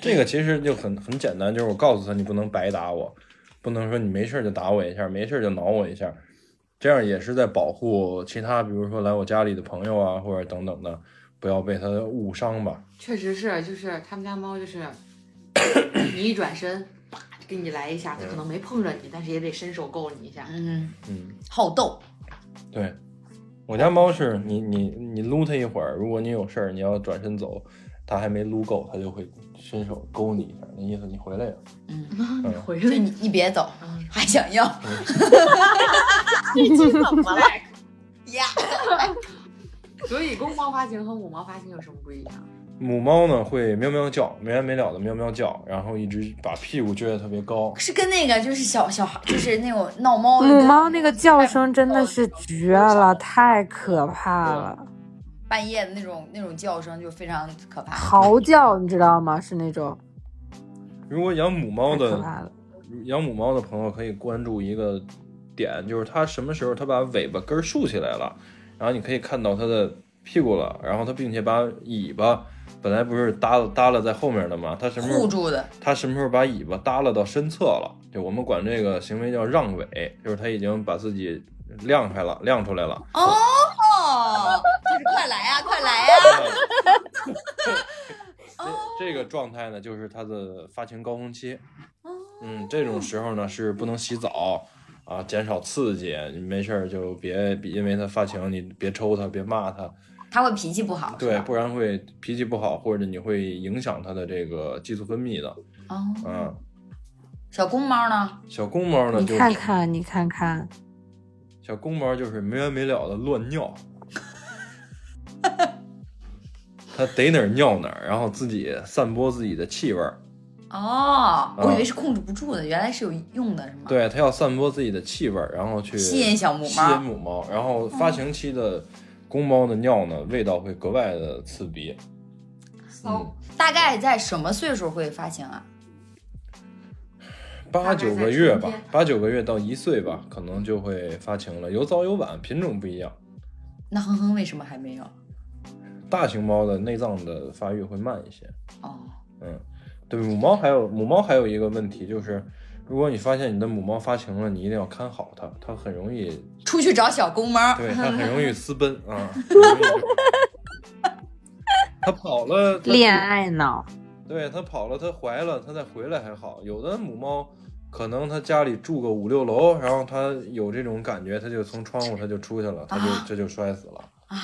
Speaker 5: 这个其实就很很简单，就是我告诉他你不能白打我，不能说你没事儿就打我一下，没事儿就挠我一下，这样也是在保护其他，比如说来我家里的朋友啊，或者等等的，不要被他误伤吧。
Speaker 1: 确实是，就是他们家猫就是你一转身，啪就给你来一下，它可能没碰着你，但是也得伸手够你一下。
Speaker 2: 嗯，
Speaker 5: 嗯，
Speaker 2: 好斗。
Speaker 5: 对，我家猫是你你你撸它一会儿，如果你有事儿，你要转身走，它还没撸够，它就会伸手勾你一下，那意思你回来呀。
Speaker 2: 嗯，
Speaker 1: 你回
Speaker 2: 就
Speaker 1: 来
Speaker 2: 你你别走，还想要
Speaker 4: 嗯 这怎么了？
Speaker 2: 呀？
Speaker 1: 所以公猫发情和母猫发情有什么不一样？
Speaker 5: 母猫呢会喵喵叫，没完没了的喵喵叫，然后一直把屁股撅得特别高。
Speaker 2: 是跟那个就是小小孩，就是那种闹猫
Speaker 3: 母猫那个叫声真的是绝了，太可怕了，
Speaker 2: 半夜的那种那种叫声就非常可怕。
Speaker 3: 嚎叫你知道吗？是那种
Speaker 5: 如果养母猫
Speaker 3: 太可
Speaker 5: 的
Speaker 3: 怕了。
Speaker 5: 养母猫的朋友可以关注一个点，就是它什么时候它把尾巴根儿竖起来了，然后你可以看到它的屁股了，然后它并且把尾巴本来不是耷拉耷拉在后面的吗？它什么时候
Speaker 2: 护住的，
Speaker 5: 它什么时候把尾巴耷拉到身侧了？就我们管这个行为叫让尾，就是它已经把自己亮开了，亮出来 了。
Speaker 2: 哦，就是快来 呀、快来啊呀、哦
Speaker 5: 这这个状态呢，就是它的发情高峰期。
Speaker 2: 哦
Speaker 5: 嗯，这种时候呢是不能洗澡啊，减少刺激。你没事儿就别别因为它发情，你别抽它，别骂它，
Speaker 2: 他会脾气不好，是
Speaker 5: 对，
Speaker 2: 吧
Speaker 5: 不然会脾气不好，或者你会影响它的这个激素分泌的。
Speaker 2: 哦，
Speaker 5: 啊，
Speaker 2: 小公猫呢？
Speaker 5: 小公猫呢，
Speaker 3: 你
Speaker 5: 就是
Speaker 3: 看看，你看看，
Speaker 5: 小公猫就是没完没了的乱尿，它逮哪儿尿哪儿，然后自己散播自己的气味儿。
Speaker 2: 哦，我以为是控制不住的，原来是有用的，是吗？，
Speaker 5: 嗯对，它要散播自己的气味儿，然后去
Speaker 2: 啊吸引小母
Speaker 5: 吸引
Speaker 2: 猫。
Speaker 5: 母猫。然后发情期的公猫的尿呢，味道会格外的刺鼻。
Speaker 1: 哦
Speaker 5: 嗯，
Speaker 2: 大概在什么岁数会发情啊？
Speaker 5: 八
Speaker 1: 大概
Speaker 5: 九
Speaker 1: 在
Speaker 5: 个月
Speaker 1: 春
Speaker 5: 吧
Speaker 1: 天，
Speaker 5: 八九个月到一岁吧，可能就会发情了，有早有晚，品种不一样。
Speaker 2: 那哼哼为什么还没有？
Speaker 5: 大型猫的内脏的发育会慢一些。
Speaker 2: 哦，
Speaker 5: 嗯，对，母猫还有母猫还有一个问题就是，如果你发现你的母猫发情了，你一定要看好它，它很容易，
Speaker 2: 出去找小公猫。
Speaker 5: 对，它很容易私奔啊。很容易 就它跑了，它
Speaker 3: 恋爱脑，
Speaker 5: 对它跑了，它怀了，它再回来还好。有的母猫可能它家里住个五六楼，然后它有这种感觉，它就从窗户它就出去了，它就
Speaker 2: 啊
Speaker 5: 这就摔死了。
Speaker 2: 啊，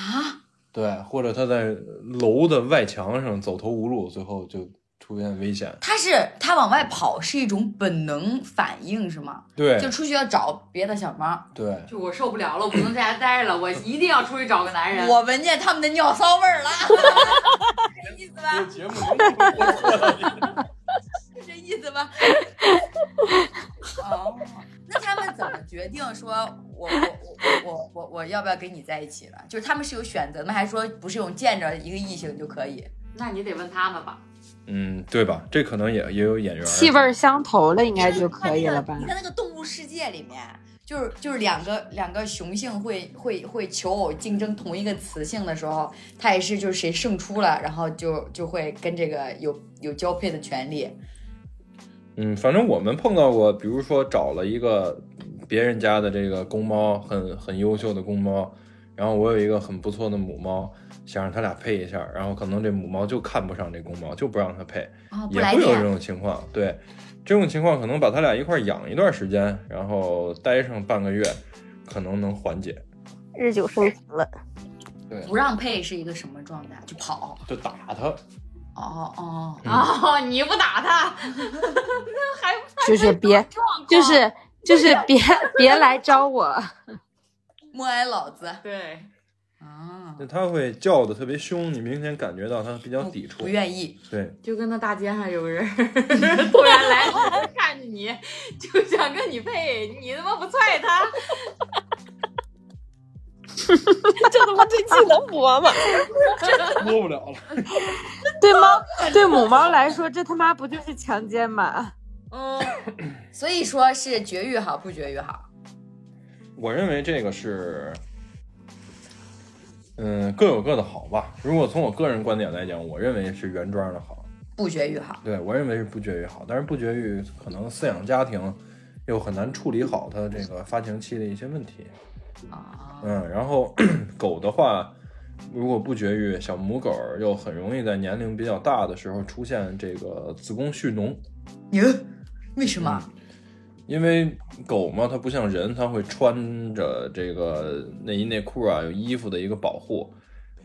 Speaker 5: 对，或者它在楼的外墙上走投无路，最后就出现危险。
Speaker 2: 它是它往外跑是一种本能反应是吗？
Speaker 5: 对
Speaker 2: 就出去要找别的小猫。
Speaker 5: 对，
Speaker 1: 就我受不了了，我不能在家待着了，我一定要出去找个男人。
Speaker 2: 我闻见他们的尿骚味儿了， 是这意思
Speaker 5: 这
Speaker 2: 吧？
Speaker 5: 节目能不能播出来
Speaker 2: 是这意思吧？哦，那他们怎么决定说我我我我我我要不要跟你在一起了？就是他们是有选择的吗？还是说不是用见着一个异性就可以？
Speaker 1: 那你得问他们吧。
Speaker 5: 嗯，对吧？这可能也也有演员
Speaker 3: 气味儿相投了，应该就可以了吧
Speaker 2: 你？看那个动物世界里面，就是就是两个两个雄性会会会求偶竞争同一个雌性的时候，它也是就是谁胜出了，然后就就会跟这个有有交配的权利。
Speaker 5: 嗯，反正我们碰到过，比如说找了一个别人家的这个公猫，很很优秀的公猫，然后我有一个很不错的母猫，想让它俩配一下，然后可能这母猫就看不上这公猫，就不让它配，
Speaker 2: 哦，不
Speaker 5: 也
Speaker 2: 来
Speaker 5: 会有这
Speaker 2: 电，
Speaker 5: 种情况。对，这种情况可能把它俩一块儿养一段时间，然后待上半个月，可能能缓解。
Speaker 4: 日久生情了。
Speaker 2: 不让配是一个什么状态？就跑。
Speaker 5: 就打它，
Speaker 2: 哦哦，
Speaker 1: 哦，你不打他，那还
Speaker 3: 就是别，就是就是别别来招我。
Speaker 2: 默哀老子。
Speaker 1: 对，
Speaker 2: 啊
Speaker 5: 那，它会叫的特别凶，你明显感觉到它比较抵触
Speaker 2: 不。愿意。
Speaker 5: 对，
Speaker 1: 就跟那大街上有个 人突然来了，看着你就想跟你配，你他妈不踹他，
Speaker 4: 这他妈这技能播吗？
Speaker 5: 摸不了了。
Speaker 3: 对猫对母猫来说，这他妈不就是强奸吗？
Speaker 1: 嗯，
Speaker 2: 所以说是绝育好，不绝育好。
Speaker 5: 我认为这个是，嗯，各有各的好吧。如果从我个人观点来讲，我认为是原装的好，
Speaker 2: 不绝育好，
Speaker 5: 对我认为是不绝育好。但是不绝育可能饲养家庭又很难处理好它这个发情期的一些问题。
Speaker 2: 啊，
Speaker 5: 嗯，然后 狗的话，如果不绝育，小母狗儿又很容易在年龄比较大的时候出现这个子宫蓄脓。
Speaker 2: 哟，为什么？
Speaker 5: 因为狗嘛，它不像人，它会穿着这个内衣内裤啊，有衣服的一个保护。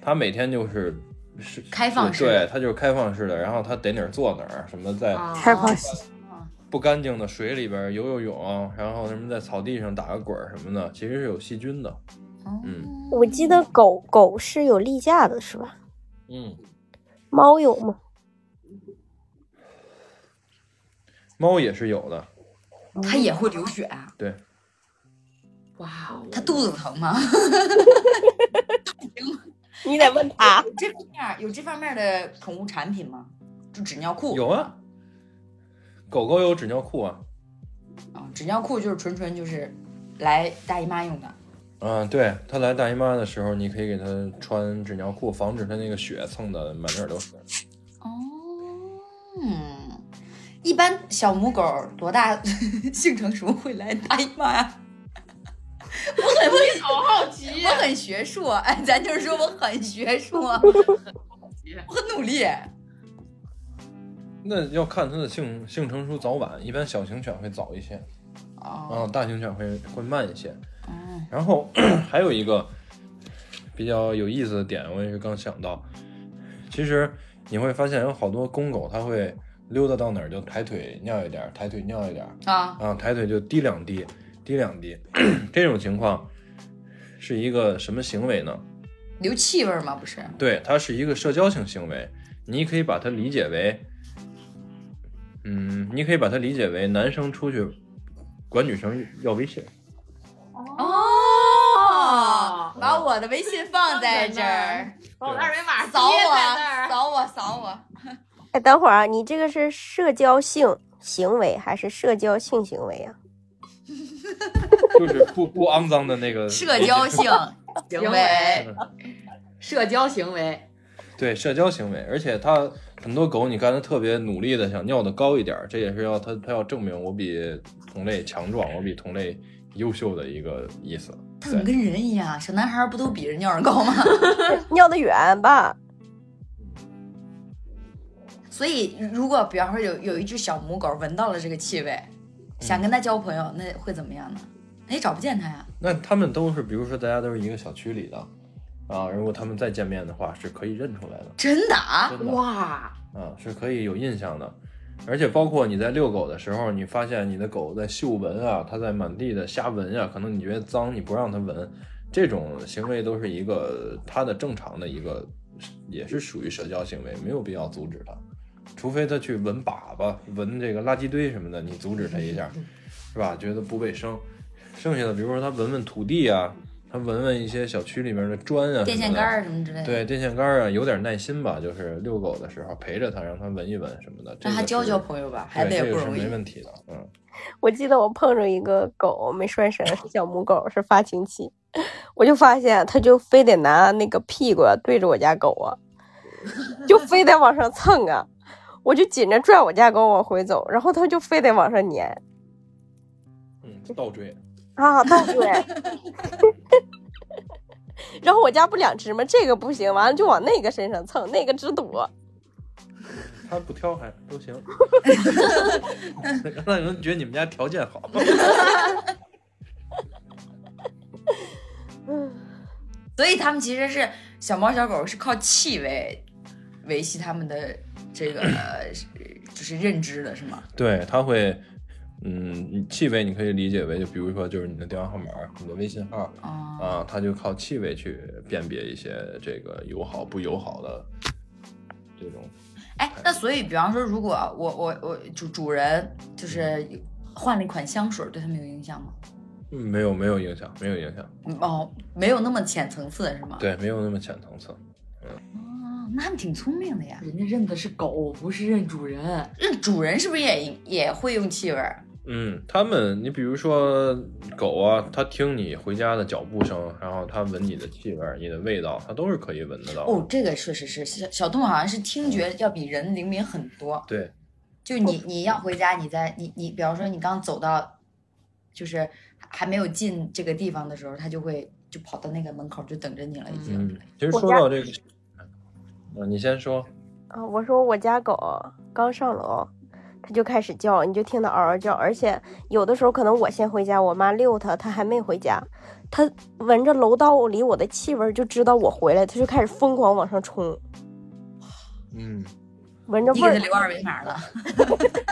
Speaker 5: 它每天就是是
Speaker 2: 开放式
Speaker 5: 对，它就是开放式的。然后它逮哪儿坐哪儿，什么在
Speaker 1: 啊
Speaker 3: 开放式
Speaker 5: 不干净的水里边游游泳，然后什么在草地上打个滚儿什么的，其实是有细菌的。嗯
Speaker 2: 嗯
Speaker 4: 我记得狗狗是有例假的，是吧？
Speaker 5: 嗯，
Speaker 4: 猫有吗？
Speaker 5: 猫也是有的，
Speaker 2: 它也会流血啊？
Speaker 5: 对，
Speaker 1: 哇哦，
Speaker 2: 它肚子疼吗？
Speaker 4: 你得问他。
Speaker 2: 有这方面有这方面的宠物产品吗？就纸尿裤
Speaker 5: 有啊。狗狗有纸尿裤啊，
Speaker 2: 啊，纸尿裤就是纯纯就是来大姨妈用的。
Speaker 5: 啊，对，它来大姨妈的时候，你可以给它穿纸尿裤，防止它那个血蹭的满地儿都是。
Speaker 2: 哦，嗯一般小母狗多大 性成熟会来大姨妈呀？我很会，
Speaker 1: 好好奇
Speaker 2: 我很学术啊，哎，咱就是说我很学术啊，我很努力。
Speaker 5: 那要看它的性性成熟早晚，一般小型犬会早一些，
Speaker 2: 哦，
Speaker 5: 啊，大型犬会会慢一些。
Speaker 2: 嗯
Speaker 5: 然后 还有一个比较有意思的点，我也是刚想到，其实你会发现有好多公狗，它会溜达到哪儿就抬腿尿一点儿，抬腿尿一点儿，
Speaker 2: 啊，
Speaker 5: 啊，抬腿就滴两滴，滴两滴， 这种情况是一个什么行为呢？
Speaker 2: 留气味儿吗？不是，
Speaker 1: 哦
Speaker 5: 对，它是一个社交性行为，你可以把它理解为，嗯，你可以把它理解为男生出去管女生要微信，
Speaker 2: 哦，把我的微信放在这儿，
Speaker 1: 把我的二维码
Speaker 2: 扫
Speaker 1: 贴在
Speaker 2: 我，
Speaker 1: 那儿，
Speaker 2: 扫我，扫我。
Speaker 4: 哎，等会儿啊，你这个是社交性行为还是社交性行为啊？
Speaker 5: 就是不不肮脏的那 个
Speaker 2: 社交性行
Speaker 1: 行
Speaker 2: 为
Speaker 1: 为，社交行为，
Speaker 5: 对社交行为，而且它很多狗，你看它特别努力的想尿的高一点儿，这也是要它它要证明我比同类强壮，我比同类优秀的一个意思。
Speaker 2: 他怎么跟人一样？小男孩儿不都比人尿儿高吗？
Speaker 4: 尿得远吧？
Speaker 2: 所以，如果比方说有有一只小母狗闻到了这个气味，想跟它交朋友，那会怎么样呢？那也找不见它呀。
Speaker 5: 那他们都是，比如说大家都是一个小区里的，啊，如果他们再见面的话，是可以认出来的。
Speaker 2: 真的啊？
Speaker 5: 真的
Speaker 1: 哇，
Speaker 5: 啊，是可以有印象的。而且包括你在遛狗的时候，你发现你的狗在嗅闻啊，它在满地的瞎闻啊，可能你觉得脏，你不让它闻，这种行为都是一个它的正常的一个，也是属于社交行为，没有必要阻止它，除非它去闻粑粑、闻这个垃圾堆什么的，你阻止它一
Speaker 2: 嗯
Speaker 5: 下，是吧？觉得不卫生。剩下的，比如说它闻闻土地啊，它闻闻一些小区里面的砖啊什么的，
Speaker 2: 电线杆儿什么之类的，
Speaker 5: 对电线杆儿啊，有点耐心吧，就是遛狗的时候陪着它，让它闻一闻什么的，这
Speaker 2: 让它
Speaker 5: 个
Speaker 2: 交
Speaker 5: 是
Speaker 2: 交朋友吧，孩
Speaker 5: 对
Speaker 2: 子也
Speaker 5: 这
Speaker 2: 不
Speaker 5: 个是
Speaker 2: 容易
Speaker 5: 没。问题的，嗯，
Speaker 4: 我记得我碰着一个狗没拴绳，是小母狗，是发情期， 我就发现它就非得拿那个屁股对着我家狗啊，就非得往上蹭啊，我就紧着拽我家狗往回走，然后它就非得往上撵
Speaker 5: 嗯，倒追。
Speaker 4: 啊，倒追。 然后我家不两只吗？这个不行，完了就往那个身上蹭，那个直躲。
Speaker 5: 他不挑还都 行。刚才有人觉得你们家条件好，
Speaker 2: 所以他们其实是小猫小狗是靠气味维系他们的这个呃是就是认知的，是吗？
Speaker 5: 对，他会，嗯，你气味你可以理解为，就比如说就是你的电话号码、你的微信号
Speaker 2: 啊、
Speaker 5: 啊，他就靠气味去辨别一些这个友好不友好的这种。
Speaker 2: 哎，那所以比方说，如果我我我主主人就是换了一款香水，对他们有影响吗？
Speaker 5: 嗯，没有没有影响，没有影响，
Speaker 2: 嗯哦，没有那么浅层次是吗？
Speaker 5: 对，没有那么浅层次。
Speaker 2: 哦，那他们挺聪明的呀。
Speaker 1: 人家认的是狗，不是认主人。
Speaker 2: 那主人是不是也也会用气味儿？
Speaker 5: 嗯，他们，你比如说狗啊，它听你回家的脚步声，然后它闻你的气味、你的味道，它都是可以闻得到的。
Speaker 2: 哦，这个确实是小小动物好像是听觉要比人灵敏很多。
Speaker 5: 对，
Speaker 2: 就你你要回家，你在你你，比方说你刚走到，就是还没有进这个地方的时候，它就会就跑到那个门口就等着你了，已经。
Speaker 5: 嗯，其实
Speaker 4: 我
Speaker 5: 说
Speaker 4: 家
Speaker 5: 到这个，啊，你先说。
Speaker 4: 啊，我说我家狗刚上楼，它就开始叫，你就听它嗷嗷叫，而且有的时候可能我先回家，我妈遛它，它还没回家，它闻着楼道里我的气味儿就知道我回来，它就开始疯狂往上冲，
Speaker 5: 嗯，
Speaker 4: 闻着
Speaker 2: 你
Speaker 4: 味
Speaker 2: 给它
Speaker 4: 儿，
Speaker 2: 留二维码了，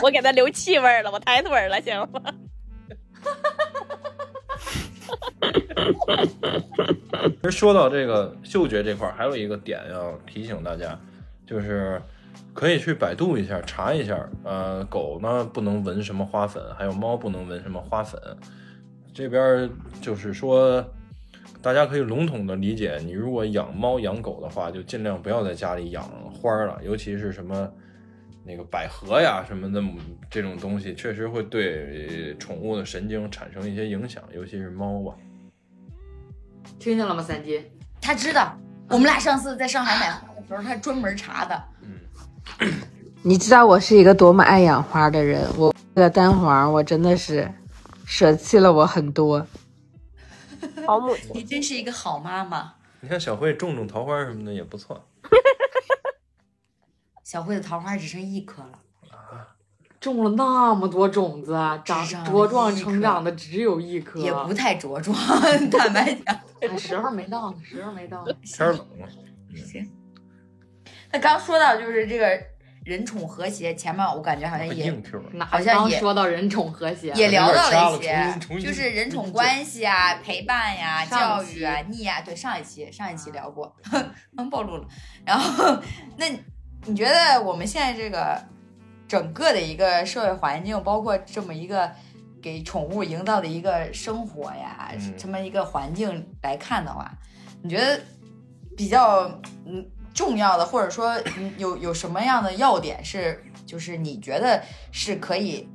Speaker 4: 我给它留气味儿了，我抬腿儿了，行吗？
Speaker 5: 其实说到这个嗅觉这块儿，还有一个点要提醒大家，就是可以去百度一下查一下，呃，狗呢不能闻什么花粉，还有猫不能闻什么花粉。这边儿就是说，大家可以笼统的理解，你如果养猫养狗的话，就尽量不要在家里养花儿了，尤其是什么。那个百合呀什么的这种东西，确实会对宠物的神经产生一些影响，尤其是猫啊吧。
Speaker 1: 听见了吗，三金？
Speaker 2: 它知道。我们俩上次在上海买花的时候，它专门查的。
Speaker 5: 嗯，
Speaker 3: 你知道我是一个多么爱养花的人，我为了单黄，我真的是舍弃了我很多。
Speaker 4: 保姆亲
Speaker 2: 你真是一个好妈妈。
Speaker 5: 你看小慧种种桃花什么的也不错，
Speaker 2: 小慧的桃花只剩一颗了，
Speaker 1: 种了那么多种子，啊长
Speaker 2: 只长了
Speaker 1: 茁壮
Speaker 2: 一
Speaker 1: 成
Speaker 2: 颗
Speaker 1: 长的只有一颗，
Speaker 2: 也不太茁壮。 坦白讲，
Speaker 1: 哎时候没到呢，时候没到呢。
Speaker 5: 天冷了。
Speaker 2: 行。那刚说到就是这个人宠和谐，前面我感觉
Speaker 4: 哎
Speaker 2: 好像也
Speaker 5: 硬 Q 了。
Speaker 1: 哪
Speaker 2: 好像
Speaker 1: 刚
Speaker 2: 也
Speaker 1: 说到人宠和谐，
Speaker 2: 也聊到了一
Speaker 5: 有点差
Speaker 2: 些
Speaker 5: 了重新重，新
Speaker 2: 就是人宠关系啊、陪伴呀、
Speaker 1: 上
Speaker 2: 教
Speaker 1: 一期啊
Speaker 2: 育啊、溺呀、对，上一期上一期聊过， 嗯，暴露了。然后，那你觉得我们现在这个整个的一个社会环境，包括这么一个给宠物营造的一个生活呀，
Speaker 5: 嗯
Speaker 2: 这么一个环境来看的话，你觉得比较嗯重要的，或者说嗯有有什么样的要点是，就是你觉得是可以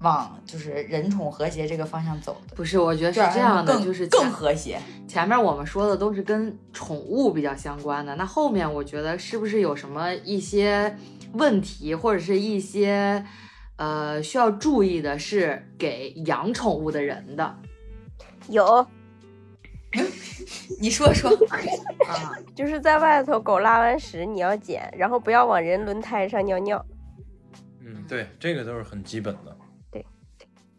Speaker 2: 往就是人宠和谐这个方向走的？
Speaker 1: 不是，我觉得是
Speaker 2: 对
Speaker 1: 这样的，
Speaker 2: 更
Speaker 1: 就是
Speaker 2: 更
Speaker 1: 前
Speaker 2: 和谐。
Speaker 1: 前面我们说的都是跟宠物比较相关的，那后面我觉得是不是有什么一些问题，或者是一些呃需要注意的，是给养宠物的人的
Speaker 4: 有，
Speaker 2: 你说 说，
Speaker 1: 啊？
Speaker 4: 就是在外头狗拉完屎你要捡，然后不要往人轮胎上尿尿。
Speaker 5: 嗯，对，这个都是很基本的。
Speaker 4: 对。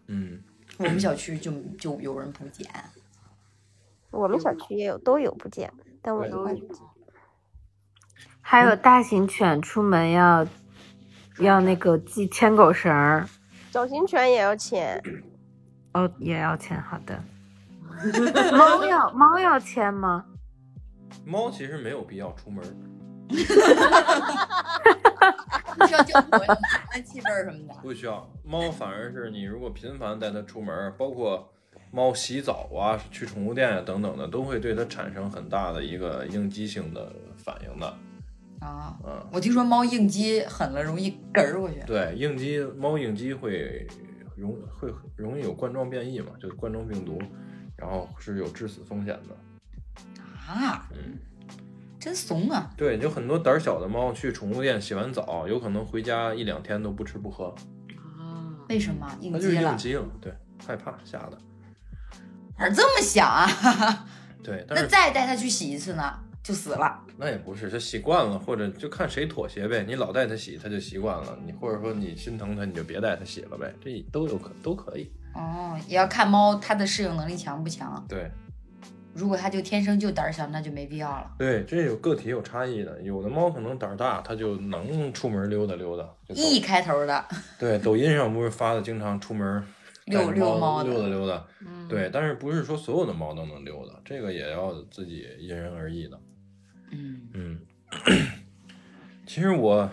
Speaker 5: 嗯，
Speaker 2: 我们小区就就有人不捡，
Speaker 4: 我们小区也有，都有不捡的，但我
Speaker 1: 都
Speaker 4: 们
Speaker 1: 有
Speaker 3: 还有大型犬出门要要那个系牵狗绳儿，
Speaker 4: 小型犬也要牵，
Speaker 3: 哦，也要牵。好 的，猫要猫要牵吗？
Speaker 5: 猫其实没有必要出门，
Speaker 2: 不需要叫朋友闻气味儿什么的。
Speaker 5: 不需要。猫反而是你如果频繁带它出门，包括猫洗澡啊、去宠物店啊等等的，都会对它产生很大的一个应激性的反应的。
Speaker 2: 啊，
Speaker 5: 嗯，
Speaker 2: 我听说猫应激狠了，容易哏儿过去。
Speaker 5: 对，应激猫应激会容会容易有冠状变异嘛，就是冠状病毒，然后是有致死风险的。
Speaker 2: 啊，
Speaker 5: 嗯，
Speaker 2: 真怂啊！
Speaker 5: 对，有很多胆小的猫去宠物店洗完澡，有可能回家一两天都不吃不喝，
Speaker 1: 啊，
Speaker 2: 为什么应
Speaker 5: 它就是
Speaker 2: 激了
Speaker 5: 应？激了，对，害怕吓的，
Speaker 2: 哪儿这么想啊？
Speaker 5: 对， 但
Speaker 2: 那
Speaker 5: 是
Speaker 2: 再带它去洗一次呢，就死了。
Speaker 5: 那也不是，它习惯了，或者就看谁妥协呗。你老带它洗，它就习惯了；你或者说你心疼它，你就别带它洗了呗，这都有可都可以。
Speaker 2: 哦，也要看猫它的适应能力强不强。
Speaker 5: 对
Speaker 2: 如果它就天生就胆儿小，那就没必要了。
Speaker 5: 对，这有个体有差异的，有的猫可能胆儿大，它就能出门溜达溜达。就走
Speaker 2: E 开头的，
Speaker 5: 对，抖音上不是发的，经常出门
Speaker 2: 遛
Speaker 5: 带着
Speaker 2: 遛猫的
Speaker 5: 溜达溜达。
Speaker 1: 嗯，
Speaker 5: 对，但是不是说所有的猫都能溜达，这个也要自己因人而异的。
Speaker 2: 嗯，
Speaker 5: 嗯，其实我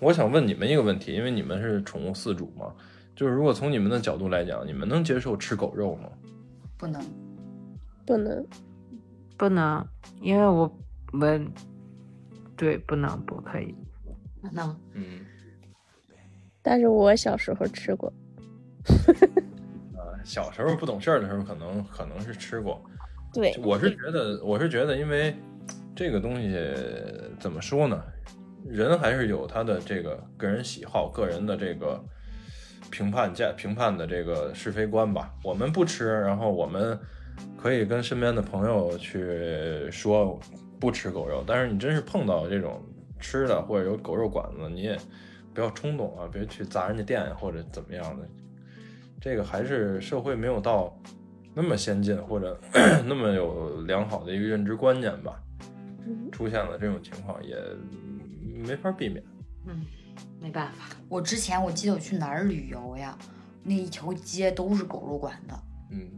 Speaker 5: 我想问你们一个问题，因为你们是宠物饲主嘛，就是如果从你们的角度来讲，你们能接受吃狗肉吗？
Speaker 2: 不能。
Speaker 4: 不能。
Speaker 3: 不能，因为我我对不能不可以。
Speaker 1: 那
Speaker 5: 嗯，
Speaker 4: 但是我小时候吃过，
Speaker 5: 啊，小时候不懂事儿的时候，可能可能是吃过，
Speaker 4: 对，
Speaker 5: 我是觉得，我是觉得，因为这个东西怎么说呢？人还是有他的这个个人喜好、个人的这个评判价、评判的这个是非观吧。我们不吃，然后我们可以跟身边的朋友去说不吃狗肉，但是你真是碰到这种吃的或者有狗肉馆子，你也不要冲动啊，别去砸人家店或者怎么样的。这个还是社会没有到那么先进或者 那么有良好的一个认知观念吧，出现了这种情况也没法避免。
Speaker 1: 嗯，没办法，
Speaker 2: 我之前我记得我去哪儿旅游呀，那一条街都是狗肉馆子，
Speaker 5: 嗯，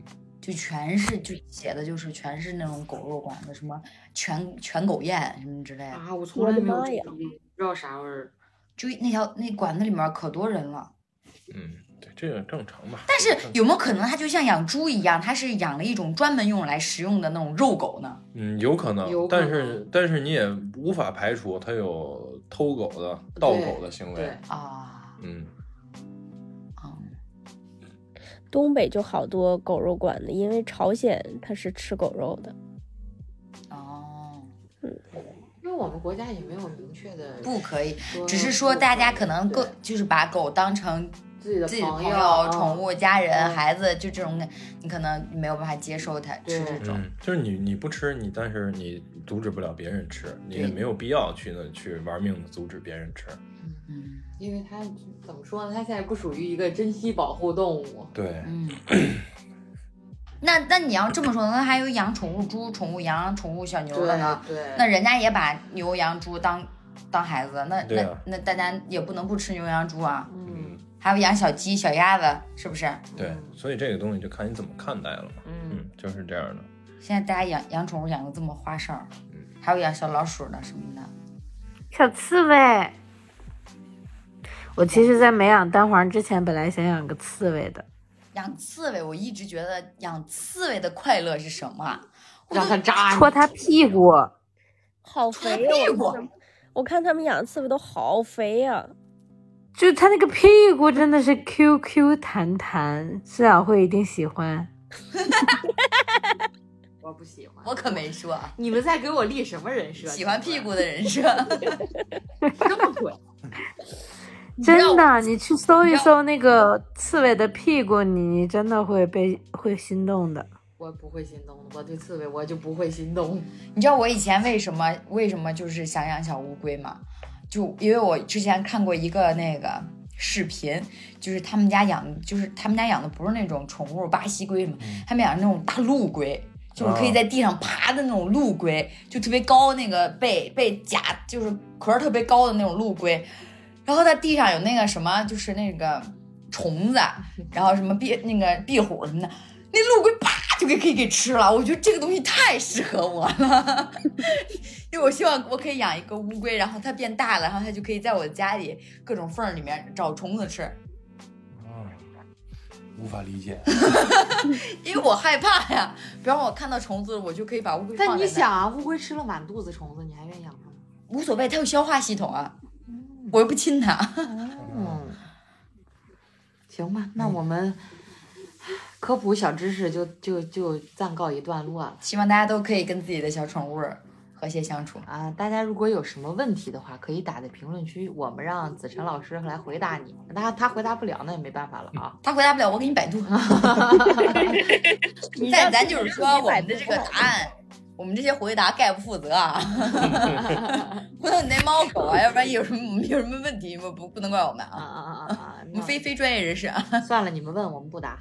Speaker 2: 就全是就写的就是全是那种狗肉馆子，什么全全狗宴什么之类的，
Speaker 1: 啊，我从来没有
Speaker 4: 我的妈
Speaker 1: 这
Speaker 4: 呀
Speaker 1: 种，不知道啥味儿。
Speaker 2: 就那条那馆子里面可多人了。
Speaker 5: 嗯，对，这个正常吧。
Speaker 2: 但是有没有可能它就像养猪一样，它是养了一种专门用来食用的那种肉狗呢？
Speaker 5: 嗯，有可能，
Speaker 1: 有可
Speaker 5: 但
Speaker 1: 能
Speaker 5: 是但是你也无法排除他有偷狗的、盗狗的行为
Speaker 1: 对。，
Speaker 2: 啊，
Speaker 5: 嗯，
Speaker 2: 嗯，
Speaker 4: 东北就好多狗肉馆子，因为朝鲜它是吃狗肉的，
Speaker 2: 哦，
Speaker 1: 因为我们国家也没有明确的
Speaker 2: 不可以，
Speaker 1: 说，
Speaker 2: 只是说大家可能
Speaker 1: 对
Speaker 2: 更就是把狗当成
Speaker 1: 自己的
Speaker 2: 自己的朋
Speaker 1: 友、啊
Speaker 2: 友、宠物、家人、
Speaker 1: 嗯
Speaker 2: 孩子，就这种，你可能没有办法接受它吃这
Speaker 1: 对
Speaker 2: 种。
Speaker 5: 嗯，就是你你不吃，你但是你阻止不了别人吃，你也
Speaker 2: 对
Speaker 5: 没有必要去那去玩命的阻止别人吃。
Speaker 2: 嗯
Speaker 1: 因为它怎么说呢？它现在不属于一个珍稀保护动物。
Speaker 5: 对，
Speaker 2: 嗯， 那那你要这么说，那还有养宠物猪、宠物羊、宠物小牛的呢？
Speaker 1: 对，
Speaker 2: 那人家也把牛羊猪当当孩子，那、
Speaker 5: 对
Speaker 2: 那
Speaker 5: 啊
Speaker 2: 那大家也不能不吃牛羊猪啊，
Speaker 1: 嗯，
Speaker 2: 还有养小鸡、小鸭子，是不是？
Speaker 5: 对，所以这个东西就看你怎么看待了嘛。
Speaker 1: 嗯，
Speaker 5: 嗯，就是这样的。
Speaker 2: 现在大家养养宠物养的这么花哨儿
Speaker 5: 嗯，
Speaker 2: 还有养小老鼠的什么的。
Speaker 3: 小刺猬。我其实，在没养单簧之前，本来想养个刺猬的。
Speaker 2: 养刺猬，我一直觉得养刺猬的快乐是什么啊？
Speaker 1: 让它扎啊你
Speaker 3: 戳它屁股，
Speaker 2: 它
Speaker 4: 好肥哦
Speaker 2: 屁
Speaker 4: 呀、
Speaker 2: 股
Speaker 4: 我看他们我看他们养刺猬都好肥啊呀、
Speaker 3: 就它那个屁股真的是 Q Q 弹弹，饲养会一定喜欢。
Speaker 1: 我不喜欢。
Speaker 2: 我可没说啊。
Speaker 1: 你们在给我立什么人设？
Speaker 2: 喜欢屁股的人设，
Speaker 1: 这么滚，
Speaker 3: 真的，你去搜一搜那个刺猬的屁股，你你真的会被会心动的。
Speaker 1: 我不会心动的。我对刺猬我就不会心动。
Speaker 2: 你知道我以前为什么为什么就是想养小乌龟吗？就因为我之前看过一个那个视频，就是他们家养，就是他们家养的不是那种宠物巴西龟什么，他们养的那种大陆龟，就是可以在地上爬的那种陆龟，就特别高那个背背甲，就是壳儿特别高的那种陆龟，然后它地上有那个什么，就是那个虫子，然后什么壁那个壁虎什么的，那陆龟啪就给可以给吃了。我觉得这个东西太适合我了，因为我希望我可以养一个乌龟，然后它变大了，然后它就可以在我的家里各种缝儿里面找虫子吃，
Speaker 5: 啊，无法理解。
Speaker 2: 因为我害怕呀，不让我看到虫子，我就可以把乌龟放在
Speaker 1: 但你
Speaker 2: 那
Speaker 1: 想啊，乌龟吃了满肚子虫子，你还愿意养它吗？
Speaker 2: 无所谓，它有
Speaker 4: 嗯
Speaker 2: 消化系统啊，我又不亲它。
Speaker 1: 嗯，行吧，那我们科普小知识就就就暂告一段落了
Speaker 2: 希望大家都可以跟自己的小宠物和谐相处。
Speaker 1: 啊！大家如果有什么问题的话，可以打在评论区，我们让子晨老师来回答你。那他回答不了，那也没办法了啊。
Speaker 2: 他回答不了，我给你百度。
Speaker 4: 你
Speaker 2: 但
Speaker 4: 让
Speaker 2: 咱
Speaker 4: 自己
Speaker 2: 就是说
Speaker 4: 百，
Speaker 2: 我们的
Speaker 4: 度
Speaker 2: 这
Speaker 4: 不
Speaker 2: 个
Speaker 4: 好
Speaker 2: 答案，我们这些回答概不负责 啊。回头你那猫狗啊，要不然有什么我们有什么问题，不不不能怪我们
Speaker 1: 啊
Speaker 2: 啊，
Speaker 1: 啊啊啊啊！
Speaker 2: 我们非非专业人士啊。
Speaker 1: 那算了，你们问我们不答。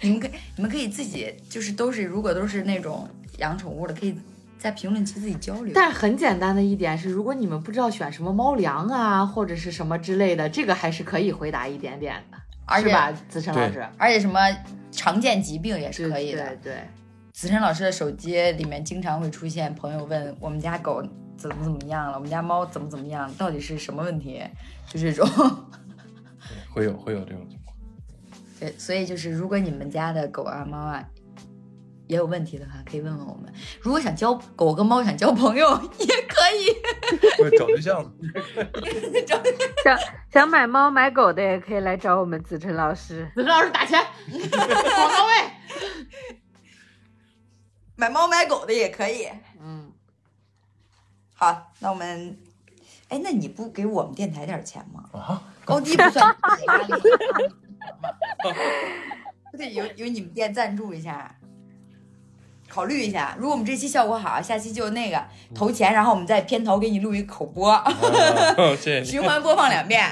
Speaker 2: 你们可你们可以自己就是都是如果都是那种养宠物的，可以在评论区自己交流。
Speaker 1: 但很简单的一点是，如果你们不知道选什么猫粮啊，或者是什么之类的，这个还是可以回答一点点的，
Speaker 2: 而且
Speaker 1: 是吧，子晨老
Speaker 5: 对
Speaker 1: 师？
Speaker 2: 而且什么常见疾病也是可以的
Speaker 1: 对。对
Speaker 2: 子晨老师的手机里面经常会出现朋友问我们家狗怎么怎么样了，我们家猫怎么怎么样，到底是什么问题？就这种。
Speaker 5: 会有会有这种情况。
Speaker 2: 对，所以就是如果你们家的狗啊、猫啊也有问题的话，可以问问我们。如果想交狗跟猫想交朋友， 也可
Speaker 5: 会找对象，
Speaker 2: 以找
Speaker 3: 想想买猫买狗的也可以来找我们子晨老师。
Speaker 1: 子晨老师打钱，广告位。
Speaker 2: 买猫买狗的也可以。
Speaker 1: 嗯，
Speaker 2: 好，那我们，哎，那你不给我们电台点钱 吗？
Speaker 5: 啊，
Speaker 2: 高低不算 你自己压力，不得有有你们店赞助一下，考虑一下。如果我们这期效果好，下期就那个投钱，然后我们再片头给你录一口播，
Speaker 5: 啊谢谢
Speaker 2: 循环播放两遍。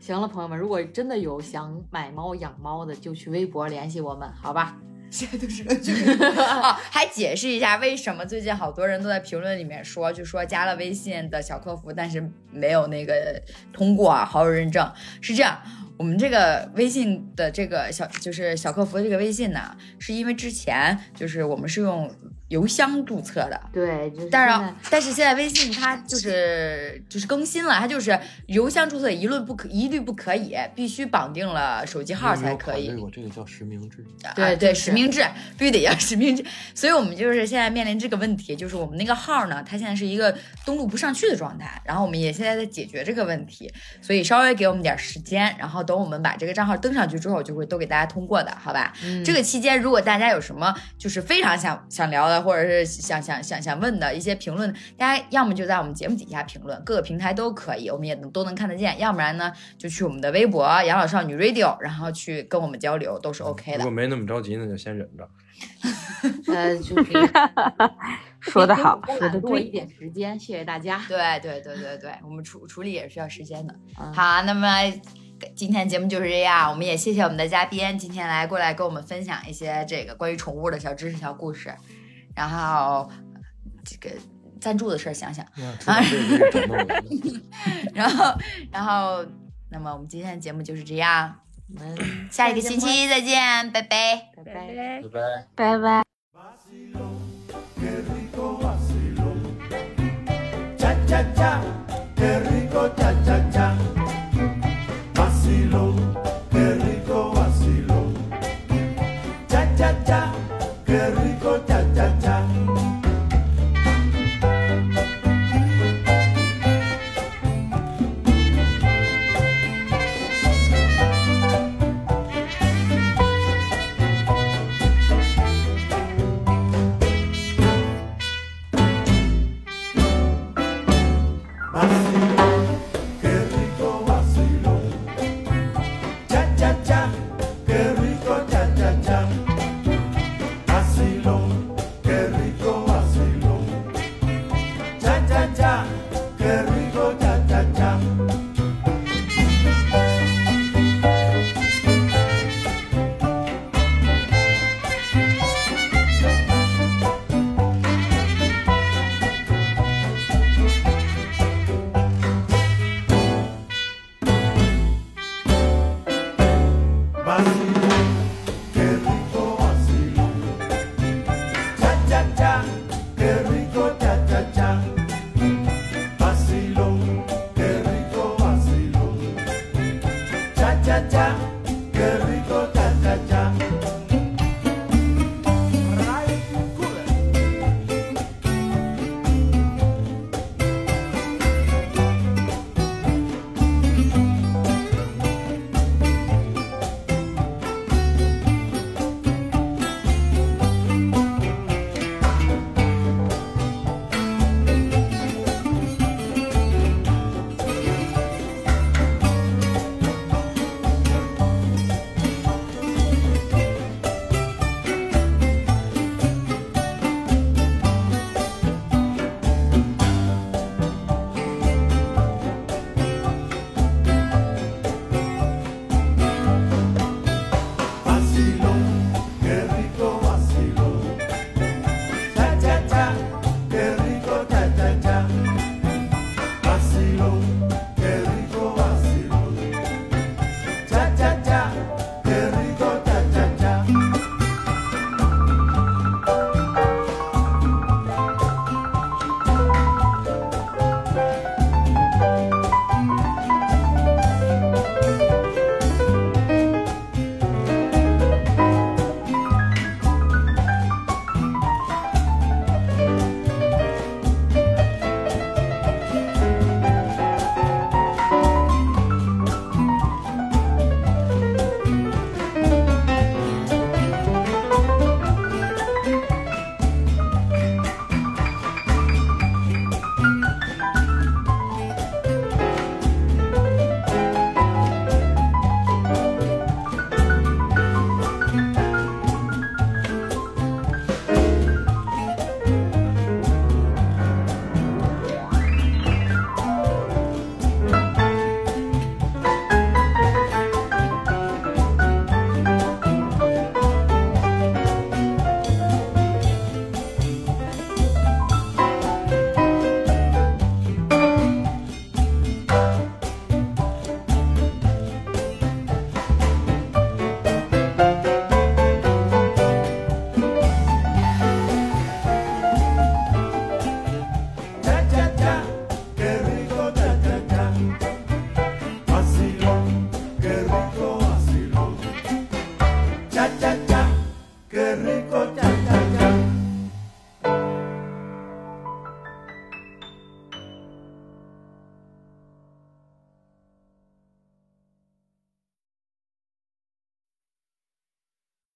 Speaker 1: 行了，朋友们，如果真的有想买猫养猫的，就去微博联系我们，好吧？
Speaker 2: 现在都是个剧名啊！还解释一下为什么最近好多人都在评论里面说，就说加了微信的小客服，但是没有那个通过好友认证。是这样，我们这个微信的这个小就是小客服的这个微信呢，是因为之前就是我们是用邮箱注册的，
Speaker 1: 对，就是
Speaker 2: 但
Speaker 1: 现
Speaker 2: 是啊
Speaker 1: 在
Speaker 2: 但是现在微信它就是就是更新了，它就是邮箱注册一律不可一律不可以，必须绑定了手机号才可以。
Speaker 6: 我这个叫实名制，
Speaker 2: 对
Speaker 1: 啊对
Speaker 2: 对，
Speaker 1: 就
Speaker 2: 实
Speaker 1: 是
Speaker 2: 名制必须得要 实名制，所以我们就是现在面临这个问题，就是我们那个号呢，它现在是一个登录不上去的状态，然后我们也现在在解决这个问题，所以稍微给我们点时间，然后等我们把这个账号登上去之后，就会都给大家通过的，好吧？
Speaker 1: 嗯
Speaker 2: 这个期间，如果大家有什么就是非常想想聊的，或者是想想想想问的一些评论，大家要么就在我们节目底下评论，各个平台都可以，我们也能都能看得见；要不然呢，就去我们的微博“养老少女 Radio”，然后去跟我们交流，都是 OK
Speaker 5: 如
Speaker 2: 的
Speaker 5: 果。没那么着急，那就先忍
Speaker 6: 啊
Speaker 5: 着。
Speaker 1: 呃， 就是
Speaker 3: 说得好，
Speaker 1: 给我
Speaker 3: 说得
Speaker 1: 们多一
Speaker 3: 对。
Speaker 1: 点时间，谢谢大家。
Speaker 2: 对对对对对，我们处处理也是需要时间的。
Speaker 1: 嗯
Speaker 2: 好，那么今天节目就是这样，我们也谢谢我们的嘉宾今天来过来跟我们分享一些这个关于宠物的小知识、小故事，然后这个赞助的事儿想想，
Speaker 6: 啊，这个找到我了。
Speaker 2: 然后然后那么我们今天的节目就是这样，
Speaker 1: 我们
Speaker 2: 下一个星期再见，拜拜。
Speaker 1: 拜拜。
Speaker 5: 拜
Speaker 3: 拜
Speaker 5: 拜。
Speaker 3: 拜。
Speaker 7: Qué rico vacilo. Cha cha cha, qué rico cha cha cha. Vacilo, qué rico vacilo. Cha cha cha, qué rico cha cha cha. Vacilo.